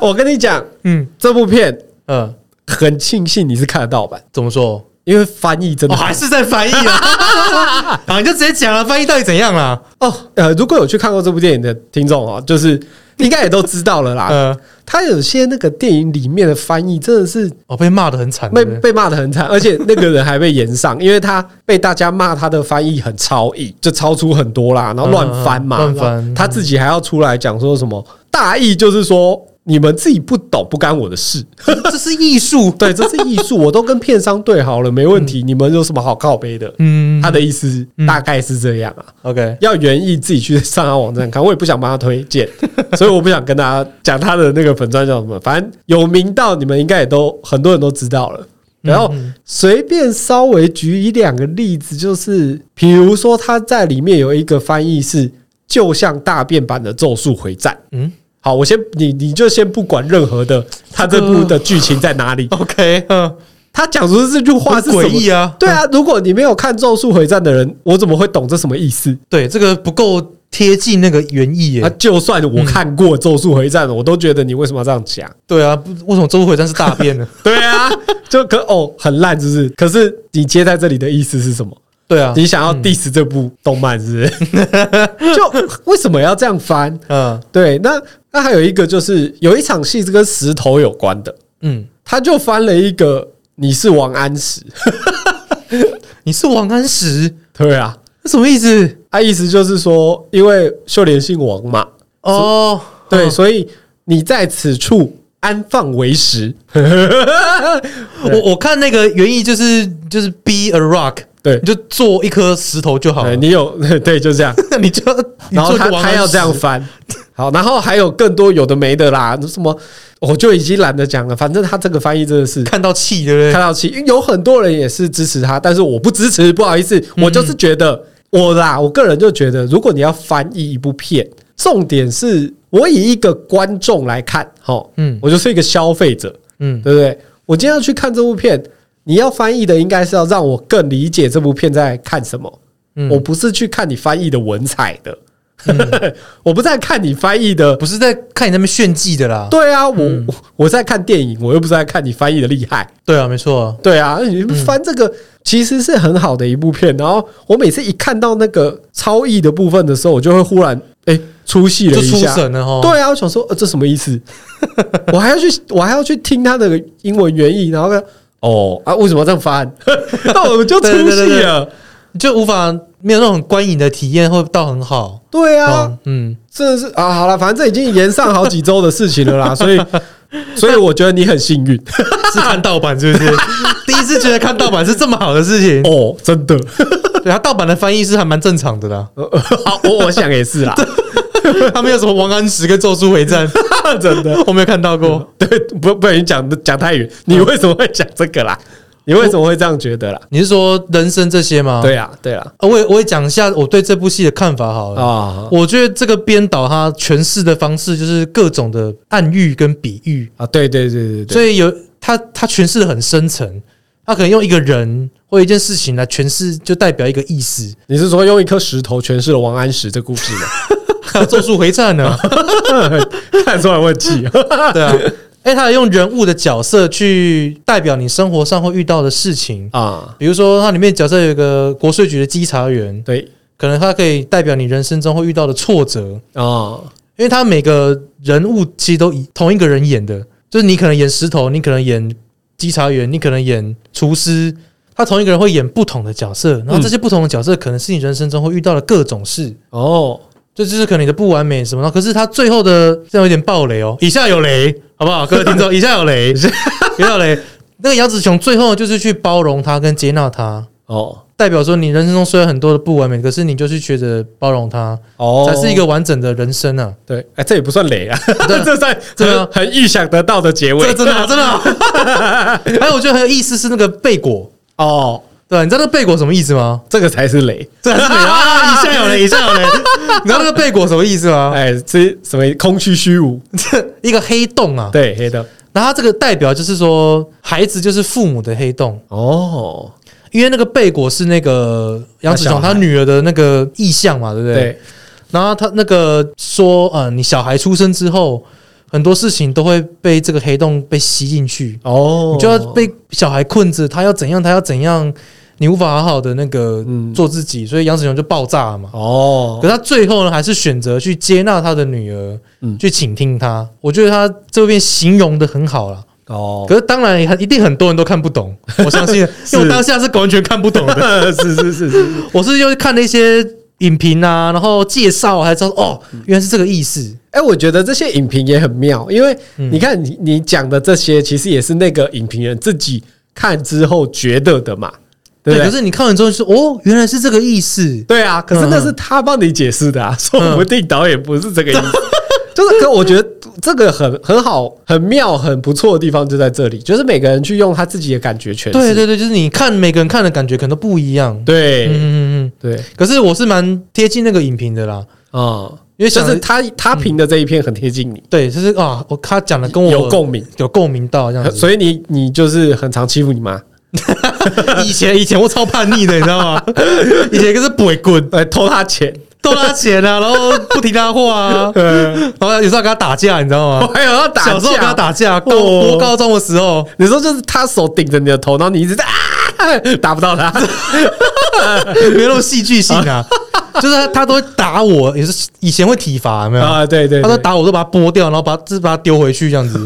[SPEAKER 1] 我跟你讲，
[SPEAKER 2] 嗯
[SPEAKER 1] 这部片
[SPEAKER 2] 呃，
[SPEAKER 1] 很庆幸你是看得到版，
[SPEAKER 2] 怎么说？
[SPEAKER 1] 因为翻译真
[SPEAKER 2] 我、
[SPEAKER 1] 的
[SPEAKER 2] 哦、还是在翻译啊，啊， <laughs> 你就直接讲了，翻译到底怎样啦？
[SPEAKER 1] 哦，呃，如果有去看过这部电影的听众哦，就是应该也都知道
[SPEAKER 2] <laughs>
[SPEAKER 1] 了啦。
[SPEAKER 2] 呃，
[SPEAKER 1] 他有些那个电影里面的翻译真的是
[SPEAKER 2] 我、哦被骂的很惨，
[SPEAKER 1] 被
[SPEAKER 2] 对不对
[SPEAKER 1] 被骂的很惨，而且那个人还被延
[SPEAKER 2] <laughs>
[SPEAKER 1] 上，因为他被大家骂他的翻译很超译，就超出很多啦，然后乱翻嘛，
[SPEAKER 2] 嗯嗯嗯乱翻
[SPEAKER 1] 然后他自己还要出来讲说什么大意，就是说你们自己不懂，不干我的事。
[SPEAKER 2] 这这是艺术，
[SPEAKER 1] 对，这是艺术，我都跟片商对好了，没问题，你们有什么好靠背的？
[SPEAKER 2] <laughs> 嗯
[SPEAKER 1] 他的意思大概是这样啊。
[SPEAKER 2] ，OK，
[SPEAKER 1] 要原意自己去上他网站看，我也不想帮他推荐，所以我不想跟大家讲他的那个粉钻叫什么，反正有名到你们应该也都很多人都知道了。
[SPEAKER 2] 嗯
[SPEAKER 1] 然后随便稍微举一两个例子，就是比如说他在里面有一个翻译是“就像大变版的咒术回战
[SPEAKER 2] 嗯”。
[SPEAKER 1] 好，我先你你就先不管任何的他这部的剧情在哪
[SPEAKER 2] <laughs>
[SPEAKER 1] 里，
[SPEAKER 2] ，OK，嗯、
[SPEAKER 1] 他讲出这句话是
[SPEAKER 2] 很
[SPEAKER 1] 什
[SPEAKER 2] 诡
[SPEAKER 1] 么？
[SPEAKER 2] 异啊，
[SPEAKER 1] 对啊，如果你没有看《咒术回战》的人，我怎么会懂这什么意思？
[SPEAKER 2] 对，这个不够贴近那个原意耶，
[SPEAKER 1] 啊，就算我看过《咒术回战》，我都觉得你为什么要这样讲？
[SPEAKER 2] 对啊，不为什么周回战是大便呢？
[SPEAKER 1] <laughs> 对啊，就可哦，很烂，是不是？可是你接在这里的意思是什么？
[SPEAKER 2] 对 <laughs> 啊，
[SPEAKER 1] 你想要 diss 这部动漫，是不是？ <laughs> 就为什么要这样翻？
[SPEAKER 2] 嗯
[SPEAKER 1] 对，那那还有一个就是有一场戏是跟石头有关的，
[SPEAKER 2] 嗯，
[SPEAKER 1] 他就翻了一个“你是王安石
[SPEAKER 2] 你是王安石，”，
[SPEAKER 1] 对啊，
[SPEAKER 2] 那什么意思？
[SPEAKER 1] 他意思就是说，因为秀莲姓王嘛，
[SPEAKER 2] 哦，
[SPEAKER 1] 对，
[SPEAKER 2] 嗯
[SPEAKER 1] 所以你在此处安放为石，
[SPEAKER 2] 我我看那个原意就是就是 be a rock，
[SPEAKER 1] 对
[SPEAKER 2] 你。就做一颗石头就好了
[SPEAKER 1] 对，，你有 <laughs> 对，就这样。
[SPEAKER 2] <laughs> 你就你
[SPEAKER 1] 然后
[SPEAKER 2] 做
[SPEAKER 1] 他
[SPEAKER 2] 个王
[SPEAKER 1] 他
[SPEAKER 2] 安
[SPEAKER 1] 要
[SPEAKER 2] 石
[SPEAKER 1] 这样翻，好，然后还有更多有的没的啦，什么我就已经懒得讲了，反正他这个翻译真的是
[SPEAKER 2] 看到气，对不
[SPEAKER 1] 看
[SPEAKER 2] 对？
[SPEAKER 1] 到气，因为有很多人也是支持他，但是我不支持，不好意
[SPEAKER 2] 嗯
[SPEAKER 1] 思，我就是觉得我啦，我个人就觉得，如果你要翻译一部片，重点是我以一个观众来看，哈，
[SPEAKER 2] 嗯
[SPEAKER 1] 我就是一个消费者，
[SPEAKER 2] 嗯
[SPEAKER 1] 对不对？我今天要去看这部片，你要翻译的应该是要让我更理解这部片在看什么。
[SPEAKER 2] 嗯
[SPEAKER 1] 我不是去看你翻译的文采的， <laughs> 我不在看你翻译的。
[SPEAKER 2] 不是在看你那边炫技的啦。
[SPEAKER 1] 对啊，我、
[SPEAKER 2] 嗯
[SPEAKER 1] 我我在看电影，我又不是在看你翻译的厉害。
[SPEAKER 2] 对啊，没错啊。
[SPEAKER 1] 对啊，你翻这
[SPEAKER 2] 嗯
[SPEAKER 1] 个其实是很好的一部片。然后我每次一看到那个超译的部分的时候，我就会忽然哎、出戏了
[SPEAKER 2] 就
[SPEAKER 1] 一
[SPEAKER 2] 出
[SPEAKER 1] 下。
[SPEAKER 2] 神哦了哈。
[SPEAKER 1] 对啊，我想 <laughs> 说，呃，这什么意思？我还要去，我还要去听他的英文原意，然后呢，哦啊，为什么要这样翻？ <laughs> 那我们就出
[SPEAKER 2] 对对对
[SPEAKER 1] 戏
[SPEAKER 2] 对
[SPEAKER 1] 了。
[SPEAKER 2] 你就无法没有那种观影的体验会到很好。
[SPEAKER 1] 对啊，
[SPEAKER 2] 哦嗯，
[SPEAKER 1] 真的是啊，好了，反正这已经延上好几周的事情了
[SPEAKER 2] <laughs>
[SPEAKER 1] 啦，所以，所以我觉得你很幸运
[SPEAKER 2] 是看盗版是
[SPEAKER 1] <laughs>
[SPEAKER 2] 不是？第一次觉得看盗版是这么好的事情。
[SPEAKER 1] 哦，真的。
[SPEAKER 2] 对，它盗版的翻译是还蛮正常的啦，
[SPEAKER 1] <laughs> 好，我我想也是
[SPEAKER 2] <laughs>
[SPEAKER 1] 啦，
[SPEAKER 2] 它没有什么王安石跟咒术回战，
[SPEAKER 1] <laughs> 真的。嗯
[SPEAKER 2] 我没有看到过。
[SPEAKER 1] 对， <laughs> 不不小心讲讲太远，你
[SPEAKER 2] 嗯
[SPEAKER 1] 为什么会讲这个啦？ <laughs> 你为什么会这样觉得啦？
[SPEAKER 2] 你是说人生这些吗？
[SPEAKER 1] 对啊，对啊，
[SPEAKER 2] 啊，我也我也讲一下我对这部戏的看法好了。
[SPEAKER 1] 啊
[SPEAKER 2] 我觉得这个编导他诠释的方式就是各种的暗喻跟比喻，
[SPEAKER 1] 啊，对对对对对，
[SPEAKER 2] 所以有他他诠释的很深层，他可能用一个人或一件事情来诠释，就代表一个意思。 <laughs>
[SPEAKER 1] 你是说用一颗石头诠释了王安石这故事吗？ <laughs>
[SPEAKER 2] 还有咒术回战呢，
[SPEAKER 1] 看出来问题，
[SPEAKER 2] 对 <laughs> 啊，哎，他还用人物的角色去代表你生活上会遇到的事情，
[SPEAKER 1] 啊，
[SPEAKER 2] 比如说它里面角色有一个国税局的稽查员，
[SPEAKER 1] 对
[SPEAKER 2] 可能他可以代表你人生中会遇到的挫折，
[SPEAKER 1] 啊，
[SPEAKER 2] 因为他每个人物其实都以同一个人演的，就是你可能演石头，你可能演稽查员，你可能演厨师，他同一个人会演不同的角色，然后这些不同的角色可能是你人生中会遇到的各种事，
[SPEAKER 1] 哦，
[SPEAKER 2] 这就是可能你的不完美什么的。可是他最后的这样有点暴雷哦，以下有雷，好不好？各位听众，以下有雷，以下有雷。那个杨子琼最后就是去包容他跟接纳他，
[SPEAKER 1] 哦，
[SPEAKER 2] 代表说你人生中虽然很多的不完美，可是你就去学着包容他，
[SPEAKER 1] 哦，
[SPEAKER 2] 才是一个完整的人生啊。
[SPEAKER 1] 对，哎，这也不算雷啊，
[SPEAKER 2] 对
[SPEAKER 1] <laughs>
[SPEAKER 2] 啊
[SPEAKER 1] 这算
[SPEAKER 2] 对啊
[SPEAKER 1] 很很预想得到的结
[SPEAKER 2] 这
[SPEAKER 1] 尾
[SPEAKER 2] 真的啊、真的啊、还有我觉得很有意思是那个贝果，
[SPEAKER 1] <laughs> 哦，
[SPEAKER 2] 对，你知道那个贝果什么意思吗？
[SPEAKER 1] 这个才是雷，
[SPEAKER 2] 这还是没
[SPEAKER 1] <laughs>
[SPEAKER 2] 有啊，一下有雷，一下有雷。你知道那个贝果什么意思吗？
[SPEAKER 1] 哎，这什么空虚虚无，
[SPEAKER 2] 这一个黑洞啊，
[SPEAKER 1] 对，黑的，
[SPEAKER 2] 然后它这个代表就是说，孩子就是父母的黑洞，
[SPEAKER 1] 哦，
[SPEAKER 2] 因为那个贝果是那个杨子
[SPEAKER 1] 他小
[SPEAKER 2] 琼
[SPEAKER 1] 孩
[SPEAKER 2] 他女儿的那个意象嘛，对不对？
[SPEAKER 1] 对，
[SPEAKER 2] 然后他那个说，呃，你小孩出生之后，很多事情都会被这个黑洞被吸进去，
[SPEAKER 1] 哦，
[SPEAKER 2] 你就要被小孩困着，他要怎样，他要怎样，你无法好好的那个
[SPEAKER 1] 嗯
[SPEAKER 2] 做自己，所以杨子琼就爆炸了嘛。
[SPEAKER 1] 哦
[SPEAKER 2] 可，他最后呢，还是选择去接纳他的女儿，
[SPEAKER 1] 嗯
[SPEAKER 2] 去倾听他。我觉得他这边形容的很好了，
[SPEAKER 1] 哦，
[SPEAKER 2] 可是当然很一定很多人都看不懂，我相信，因为我当下是完全看
[SPEAKER 1] <laughs>
[SPEAKER 2] 不懂的。
[SPEAKER 1] <laughs> 是是是是，
[SPEAKER 2] 我是又看了一些影评啊，然后介绍，还知道哦，
[SPEAKER 1] 嗯
[SPEAKER 2] 原来是这个意思。
[SPEAKER 1] 哎、我觉得这些影评也很妙，因为你看你你讲的这些，其实也是那个影评人自己看之后觉得的嘛，对不对？
[SPEAKER 2] 可是你看完之后就说哦，原来是这个意思。
[SPEAKER 1] 对啊，可是那是他帮你解释的啊，说不定导演不是这个意思。 <laughs> 就是，可我觉得这个很很好、很妙、很不错的地方就在这里，就是每个人去用他自己的感觉诠释。
[SPEAKER 2] 对对对，就是你看每个人看的感觉可能都不一样。嗯
[SPEAKER 1] 对
[SPEAKER 2] 嗯嗯。
[SPEAKER 1] 对
[SPEAKER 2] 可是我是蛮贴近那个影评的啦，
[SPEAKER 1] 啊，
[SPEAKER 2] 因为
[SPEAKER 1] 就
[SPEAKER 2] 想
[SPEAKER 1] 是他他评的这一篇很贴近你，
[SPEAKER 2] 对，就是啊，我他讲的跟我
[SPEAKER 1] 有共鸣，
[SPEAKER 2] 有共鸣到这样子。
[SPEAKER 1] 所以你你就是很常欺负你妈，
[SPEAKER 2] <laughs> 以前以前我超叛逆的，你知道吗？
[SPEAKER 1] <laughs>
[SPEAKER 2] 以前就是鬼滚，
[SPEAKER 1] 来偷她
[SPEAKER 2] <laughs>
[SPEAKER 1] 钱。
[SPEAKER 2] 偷他钱啊，然后不听他话啊，
[SPEAKER 1] 呃，
[SPEAKER 2] 然后有时候还跟他打架，你知道
[SPEAKER 1] <laughs> 我
[SPEAKER 2] 吗？
[SPEAKER 1] 还有要打架，
[SPEAKER 2] 小时候跟他打架，高
[SPEAKER 1] 哦
[SPEAKER 2] 国高中的时候，
[SPEAKER 1] 你说就是他手顶着你的头，然后你一直在 <laughs> 啊，打不到
[SPEAKER 2] <laughs>
[SPEAKER 1] 他。
[SPEAKER 2] 没有那么戏剧性
[SPEAKER 1] <laughs>
[SPEAKER 2] 啊，就是他他都会打我，也是以前会体罚，有没有？
[SPEAKER 1] 啊，对对
[SPEAKER 2] 他都
[SPEAKER 1] 对，
[SPEAKER 2] 打我，都把他剥掉，然后把就是把他丢回去这样
[SPEAKER 1] <laughs>
[SPEAKER 2] 子。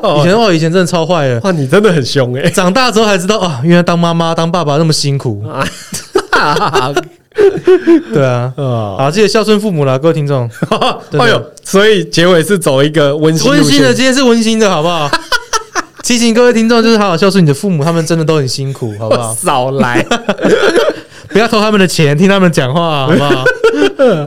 [SPEAKER 1] 哦
[SPEAKER 2] 以前我以前真的超坏的，
[SPEAKER 1] 哇，你真的很凶
[SPEAKER 2] <laughs>
[SPEAKER 1] 哎、
[SPEAKER 2] 长大之后才知道啊，原来当妈妈当爸爸那么辛苦。
[SPEAKER 1] <laughs> 啊，
[SPEAKER 2] 对啊， <laughs> 好，记得孝顺父母啦，各位听众。对
[SPEAKER 1] 哦哎呦，所以结尾是走一个温馨
[SPEAKER 2] 温馨的，
[SPEAKER 1] <laughs> 路线
[SPEAKER 2] 今天是温馨的，好
[SPEAKER 1] <laughs>
[SPEAKER 2] 不好？提醒各位听众，就是好好孝顺你的父母，他们真的都很辛苦，好不好？
[SPEAKER 1] 少
[SPEAKER 2] <laughs>
[SPEAKER 1] 来
[SPEAKER 2] 不要偷他们的钱，听他们讲话，好
[SPEAKER 1] <laughs>
[SPEAKER 2] 不好？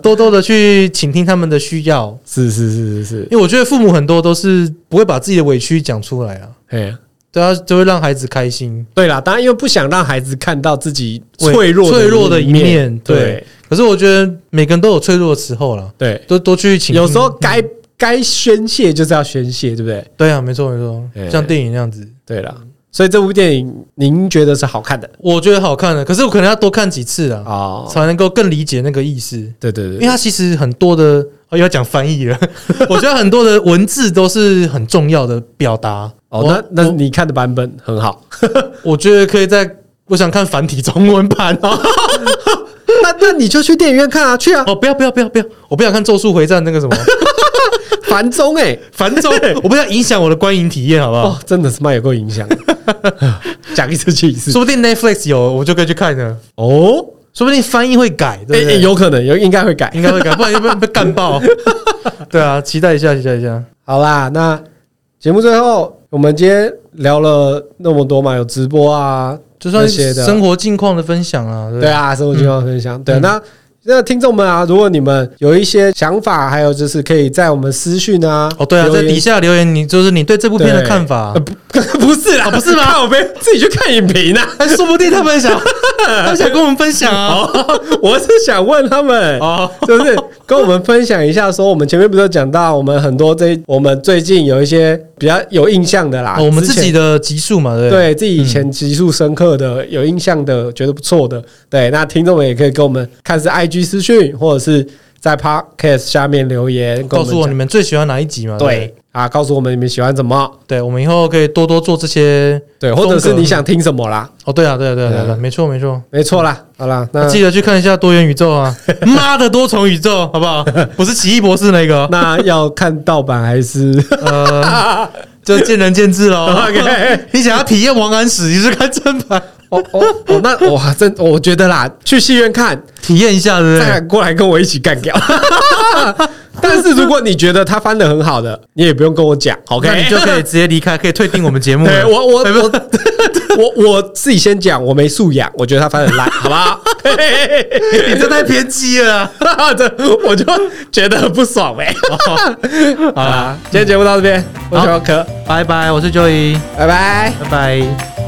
[SPEAKER 2] 多多的去倾听他们的需要，
[SPEAKER 1] 是是是是是，
[SPEAKER 2] 因为我觉得父母很多都是不会把自己的委屈讲出来啊，
[SPEAKER 1] 哎呀、
[SPEAKER 2] 对啊，就会让孩子开心。
[SPEAKER 1] 对啦，当然因为不想让孩子看到自己脆弱
[SPEAKER 2] 脆弱的
[SPEAKER 1] 一
[SPEAKER 2] 一面
[SPEAKER 1] 对
[SPEAKER 2] 对可是我觉得每个人都有脆弱的时候啦，
[SPEAKER 1] 对，
[SPEAKER 2] 多多去倾听。
[SPEAKER 1] 有时候该该宣泄就是要宣泄，对不对？
[SPEAKER 2] 对啊，没错没错，
[SPEAKER 1] 哎
[SPEAKER 2] 像电影那样子，
[SPEAKER 1] 对啦，所以这部电影您觉得是好看的
[SPEAKER 2] 我觉得好看的，可是我可能要多看几次啊，
[SPEAKER 1] 啊？
[SPEAKER 2] 才能够更理解那个意思。
[SPEAKER 1] 对对
[SPEAKER 2] 因
[SPEAKER 1] 对
[SPEAKER 2] 为，它其实很多的，哦，又要讲翻译了。 <laughs> 我觉得很多的文字都是很重要的表达。
[SPEAKER 1] 哦，
[SPEAKER 2] 我
[SPEAKER 1] 那那
[SPEAKER 2] 我
[SPEAKER 1] 你看的版本很好，
[SPEAKER 2] 我觉得可以在，我想看繁体中文版
[SPEAKER 1] <laughs>
[SPEAKER 2] 哦。
[SPEAKER 1] <laughs> 那那你就去电影院看啊，去啊！ <laughs>
[SPEAKER 2] 哦，不要不要不要不要，我不想看《咒术回战》那个什么，
[SPEAKER 1] 繁中哎、
[SPEAKER 2] 繁中，我不要影响我的观影体验，好不好？
[SPEAKER 1] 哦，真的是蛮有够影 <laughs> 响，讲一次去一次
[SPEAKER 2] 说不定 Netflix 有，我就可以去看呢。
[SPEAKER 1] 哦，
[SPEAKER 2] 说不定翻译会改，对不
[SPEAKER 1] 哎、哎
[SPEAKER 2] 对？
[SPEAKER 1] 有可能有应该会改。
[SPEAKER 2] 应该会改，不然会被被干
[SPEAKER 1] <laughs>
[SPEAKER 2] 爆。对啊，期待一下，期待一下。
[SPEAKER 1] 好啦，那节目最后我们今天聊了那么多嘛，有直播啊，
[SPEAKER 2] 就算
[SPEAKER 1] 那些
[SPEAKER 2] 是
[SPEAKER 1] 的
[SPEAKER 2] 生活近况的分享啊，
[SPEAKER 1] 对
[SPEAKER 2] 对啊，
[SPEAKER 1] 啊，生活情况分享。对，
[SPEAKER 2] 嗯
[SPEAKER 1] 那那听众们啊，如果你们有一些想法，还有就是可以在我们私讯啊，
[SPEAKER 2] 哦对啊，
[SPEAKER 1] 留
[SPEAKER 2] 在
[SPEAKER 1] 言
[SPEAKER 2] 底下留言，你就是你对这部片的
[SPEAKER 1] 对
[SPEAKER 2] 看法
[SPEAKER 1] 呃。不不 <laughs> 是
[SPEAKER 2] 哦
[SPEAKER 1] 啦，不是吗？我们自己去看影评啊。
[SPEAKER 2] 哎，说不定他们 <laughs> 想，他们想跟我们分享啊。
[SPEAKER 1] 哦，我是想问他
[SPEAKER 2] <laughs>
[SPEAKER 1] 们，
[SPEAKER 2] 哦，
[SPEAKER 1] 就是跟我们分享一下，说我们前面不是有讲到，我们很多这我们最近有一些比较有印象的啦，
[SPEAKER 2] 哦我们自
[SPEAKER 1] 之前
[SPEAKER 2] 己的嗯集数嘛，对不对？
[SPEAKER 1] 对自己以前极速深刻的、有印象的、觉得不错的，对，那听众们也可以跟我们看是 IG 私讯，或者是在 Podcast 下面留言，
[SPEAKER 2] 告诉我你
[SPEAKER 1] 们
[SPEAKER 2] 们最喜欢哪一集嘛？
[SPEAKER 1] 讲
[SPEAKER 2] 对不
[SPEAKER 1] 对啊，告诉我们你们喜欢什么，
[SPEAKER 2] 对，对我们以后可以多多做这些。
[SPEAKER 1] 对，或者是
[SPEAKER 2] 风格
[SPEAKER 1] 你想听什么啦，
[SPEAKER 2] 哦，对啊，对啊，对啊，对啊
[SPEAKER 1] 对
[SPEAKER 2] 对
[SPEAKER 1] 啊
[SPEAKER 2] 啊，没错，没错。
[SPEAKER 1] 没错啦，好啦，那
[SPEAKER 2] 记得去看一下多元宇宙啊！ <laughs> 妈的，多重宇宙，好不 <laughs> 好？不是奇异博士那个哦，
[SPEAKER 1] 那要看盗版还 <laughs> 是
[SPEAKER 2] <laughs>
[SPEAKER 1] 哦
[SPEAKER 2] 呃，就见仁见智 <laughs> 喽。
[SPEAKER 1] OK
[SPEAKER 2] 你想要体验王安石，你就看正版，
[SPEAKER 1] 哦哦哦，那哇，真我觉得啦，去戏院看，
[SPEAKER 2] 体验一下，对不
[SPEAKER 1] 再
[SPEAKER 2] 对？
[SPEAKER 1] 过来跟我一起干掉。 <laughs> 但是如果你觉得他翻的很好的，你也不用跟我讲，OK？
[SPEAKER 2] 那你就可以直接离开，可以退 <laughs> 订我们节
[SPEAKER 1] <laughs>
[SPEAKER 2] 目
[SPEAKER 1] 对
[SPEAKER 2] 了。
[SPEAKER 1] 我我
[SPEAKER 2] 对不
[SPEAKER 1] 我我我自己先讲，我没素养，我觉得他翻的
[SPEAKER 2] <laughs>
[SPEAKER 1] 烂，好不好？嘿嘿嘿
[SPEAKER 2] 你这太偏激了啊。
[SPEAKER 1] 嘿 <laughs> 这我就觉得很不爽呗、
[SPEAKER 2] 哦好啦， <laughs>
[SPEAKER 1] 今天节目到这边，我是
[SPEAKER 2] 好
[SPEAKER 1] 小柯，
[SPEAKER 2] 拜拜，我是 Joey，
[SPEAKER 1] 拜拜。
[SPEAKER 2] 拜拜。